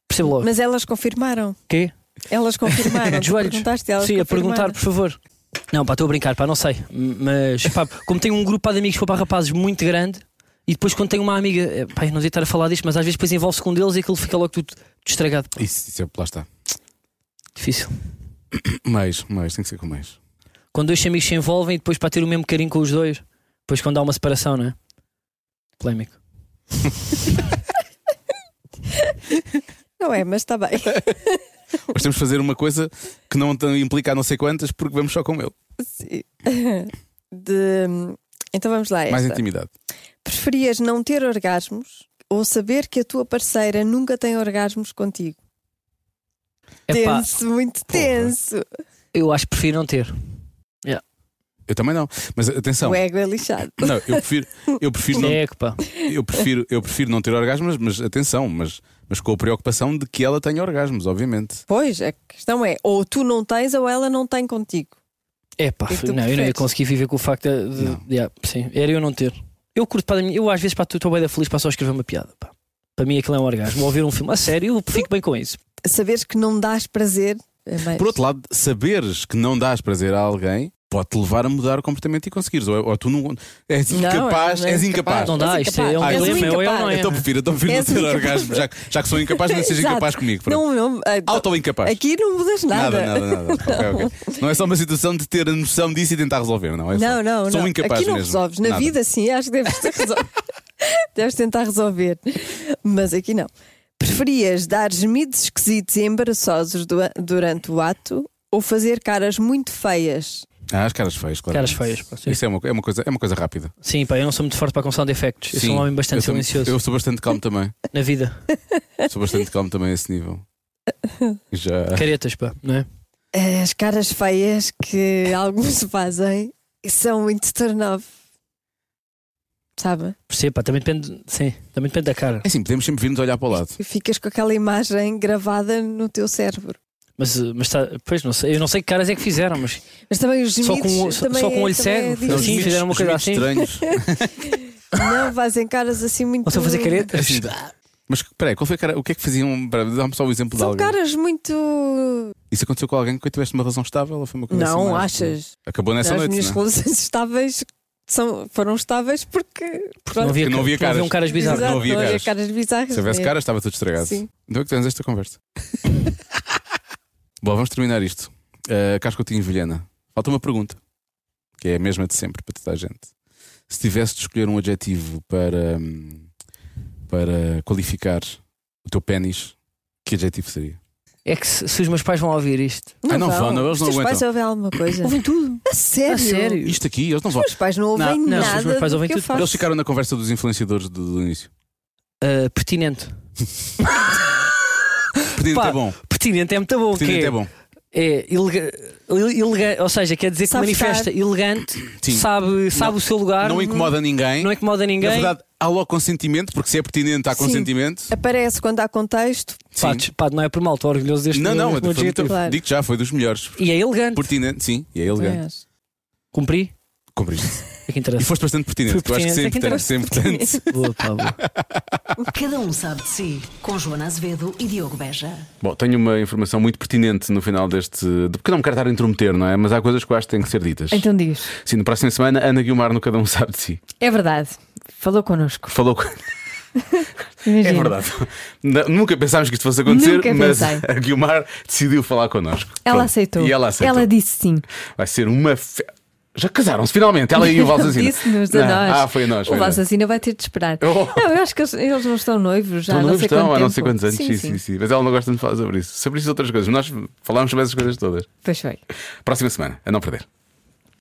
S5: Percebo logo.
S3: Mas elas confirmaram.
S5: Quê?
S3: Elas confirmaram. Tu
S5: Joelhos.
S3: Perguntaste elas
S5: Sim, a perguntar,
S3: confirmaram.
S5: por favor. Não, pá, estou a brincar, pá, não sei. M- Mas, pá, como tenho um grupo pá, de amigos pá, para rapazes muito grande, e depois quando tenho uma amiga, eh, pá, eu não devia estar a falar disto, mas às vezes depois envolve-se com um deles e aquilo fica logo tudo, tudo estragado. pá.
S2: Isso, isso é, lá está. Um
S5: Difícil.
S2: Mais, mais, tem que ser com mais.
S5: Quando dois amigos se envolvem e depois para ter o mesmo carinho com os dois, depois quando há uma separação, não é? Polémico.
S3: Não é, mas está bem.
S2: Mas temos de fazer uma coisa que não te implica a não sei quantas, porque vamos só com ele.
S3: Sim. De- Então vamos lá.
S2: Mais
S3: Esta.
S2: intimidade.
S3: Preferias não ter orgasmos ou saber que a tua parceira nunca tem orgasmos contigo?
S5: É pá,
S3: tenso, muito tenso.
S5: eu acho que prefiro não ter.
S2: Eu também não. Mas
S5: Então.
S2: atenção.
S3: O ego é lixado.
S2: Não, eu prefiro, eu prefiro não
S5: É, que pá.
S2: Eu prefiro, eu prefiro não ter orgasmos, mas atenção, mas, mas com a preocupação de que ela tenha orgasmos, obviamente.
S3: Pois, a questão é, ou tu não tens ou ela não tem contigo.
S5: É pá,
S3: que é que tu
S5: não, eu não ia
S3: preferes?
S5: conseguir viver com o facto de. de-
S2: Não.
S5: yeah, sim, era eu não ter. Eu curto para mim, eu às vezes para tu estou bem da feliz para só escrever uma piada. Pá. Para mim aquilo é um orgasmo. Ou ouvir um filme, a sério, eu fico bem com isso.
S3: Saberes que não dás prazer é mais...
S2: Por outro lado, saberes que não dás prazer a alguém pode-te levar a mudar o comportamento e conseguires. Ou, ou tu não. És
S3: Não,
S2: incapaz,
S3: não é
S2: és incapaz.
S5: Não dá,
S3: És
S5: isto é um
S2: incapaz.
S5: dilema,
S2: És
S5: eu,
S3: um
S5: eu não
S3: incapaz.
S5: é.
S2: Então prefiro, então prefiro não
S3: És
S2: ter
S3: incapaz.
S2: orgasmos, já, que- já que sou incapaz, não seja
S3: Exato.
S2: incapaz comigo. Pronto.
S3: Não, não, ah,
S2: Auto-incapaz.
S3: Aqui não mudas nada.
S2: Nada, nada, nada. Ok, ok. Não é só uma situação de ter a noção disso e tentar resolver, não é? só-
S3: Não, não,
S2: Sou
S3: não.
S2: um incapaz
S3: Aqui não
S2: mesmo.
S3: resolves. Na
S2: Nada.
S3: vida, sim, acho que deves, resol- deves tentar resolver. Mas aqui não. Preferias dar gemidos esquisitos e embaraçosos du- durante o ato ou fazer caras muito feias?
S2: Ah, as caras feias, claro.
S5: Caras feias, pá, sim.
S2: Isso é uma, é uma coisa, é uma coisa rápida.
S5: Sim, pá, eu não sou muito forte para a construção de efectos. Eu
S2: Sim,
S5: sou um homem bastante
S2: eu também-
S5: silencioso
S2: Eu sou bastante calmo também.
S5: na vida.
S2: Sou bastante calmo também a esse nível. Já.
S5: Caretas, pá, não é?
S3: As caras feias que alguns fazem são muito turn off. Sabe?
S5: Percebo, pá, também depende, sim, também depende da cara.
S2: É assim, podemos sempre vir-nos olhar para o lado.
S3: E ficas com aquela imagem gravada no teu cérebro.
S5: Mas, eh, mas tá, pois não sei, eu não sei que caras é que fizeram, mas
S3: Mas também os
S5: Só
S3: gemidos
S5: com o- só-
S3: também
S5: só com o
S3: é-
S5: olho
S3: também
S5: cego?
S3: é
S5: Não,
S2: Os
S3: difícil.
S5: sim,
S2: mitos-
S5: fizeram uma
S2: os
S5: coisa
S2: mitos
S5: assim.
S2: estranhos. É
S3: Não fazem caras assim muito.
S5: não sei fazer caretas.
S2: assim, Mas peraí, qual foi a cara? O que é que faziam? Para dar-me só o exemplo de
S3: São
S2: alguém.
S3: caras muito.
S2: Isso aconteceu com alguém que tiveste uma razão estável? Ou foi uma coisa assim
S3: Não,
S2: mais-
S3: achas?
S2: Acabou nessa
S3: As
S2: noite.
S3: minhas
S2: não é?
S3: relações estáveis são, foram estáveis porque.
S5: Não havia,
S2: não havia
S5: não
S2: caras.
S5: um caras bizarro.
S3: Exato,
S2: não havia caras.
S3: caras bizarras.
S2: Se houvesse
S3: né?
S2: cara, estava tudo estragado.
S3: Sim.
S2: Então é que tens esta conversa. Bom, vamos terminar isto. Uh, Cascotinho Vilhena, falta uma pergunta, que é a mesma de sempre para toda a gente. Se tivesse de escolher um adjetivo para, hum, para qualificar o teu pênis, que adjetivo seria?
S5: É que se, se os meus pais vão ouvir isto,
S2: Ah, não vão, não, eles não
S3: Os teus pais
S2: aguentam.
S3: ouvem alguma coisa.
S5: ouvem tudo.
S3: A sério?
S5: A sério.
S2: Isto aqui, eles não
S3: Os
S2: vão.
S3: meus pais não ouvem
S5: Não, não, os
S3: nada.
S5: meus pais
S3: do
S5: ouvem
S3: que eu
S5: tudo.
S3: faço.
S2: Eles ficaram na conversa dos influenciadores do, do início.
S5: Eh, pertinente.
S2: Pertinente
S5: Pá,
S2: é bom.
S5: Pertinente é muito bom.
S2: Pertinente
S5: que
S2: é bom.
S5: É elega- ele- elega- ou seja, quer dizer que
S3: Sabe
S5: manifesta
S3: estar.
S5: elegante,
S2: Sim.
S5: sabe, sabe
S2: Não-
S5: o seu lugar,
S2: Não incomoda ninguém.
S5: não incomoda ninguém. É
S2: Na verdade, há logo consentimento, porque se é pertinente, há
S3: Sim.
S2: consentimento.
S3: Aparece quando há contexto.
S5: Pá, des- pá, não é por mal, estou orgulhoso deste
S2: Não, não,
S5: deste meu
S2: foi muito,
S5: é um adjetivo.
S3: Claro.
S2: digo já, foi dos melhores.
S5: E é elegante.
S2: Pertinente, sim, e é elegante.
S3: Aliás.
S5: Cumpri?
S2: Cumpriste.
S5: É que
S2: E
S5: interessa.
S2: foste bastante pertinente,
S5: Fui
S2: que eu acho que sempre,
S5: pertinente, é que
S2: sempre, sempre tanto.
S5: Boa, pá, boa.
S1: Cada um sabe de si. Com Joana Azevedo e Diogo Beja.
S2: Bom, tenho uma informação muito pertinente no final deste. Porque não me quero estar a intrometer, não é? Mas há coisas que eu acho que têm que ser ditas.
S8: Então diz.
S2: Sim, na próxima semana, Ana Guilmar no Cada Um Sabe de Si.
S8: É verdade.
S3: Falou connosco.
S2: Falou com. É
S3: Imagina.
S2: verdade. N- Nunca pensámos que isto fosse acontecer,
S3: Nunca
S2: mas
S3: pensei.
S2: a Guilmar decidiu falar connosco.
S3: Ela
S2: Pronto.
S3: aceitou.
S2: E ela aceitou.
S3: Ela disse sim.
S2: Vai ser uma. Fe... Já casaram-se finalmente, ela e o Valsacina.
S3: Disse-nos a
S2: Não.
S3: nós.
S2: Ah, foi a nós.
S3: O
S2: foi a nós.
S3: Valsacina vai ter de esperar.
S2: Oh.
S3: Não, eu acho que eles, eles não estão noivos já.
S2: Estão
S3: há
S2: noivos,
S3: não sei quanto
S2: estão há não
S3: tempo.
S2: sei quantos anos.
S3: Sim,
S2: Sim,
S3: sim.
S2: sim, sim. Mas ela não gosta de falar sobre isso. Sobre isso e outras coisas. Nós falámos sobre essas coisas todas.
S3: Pois foi.
S2: Próxima semana, a não perder.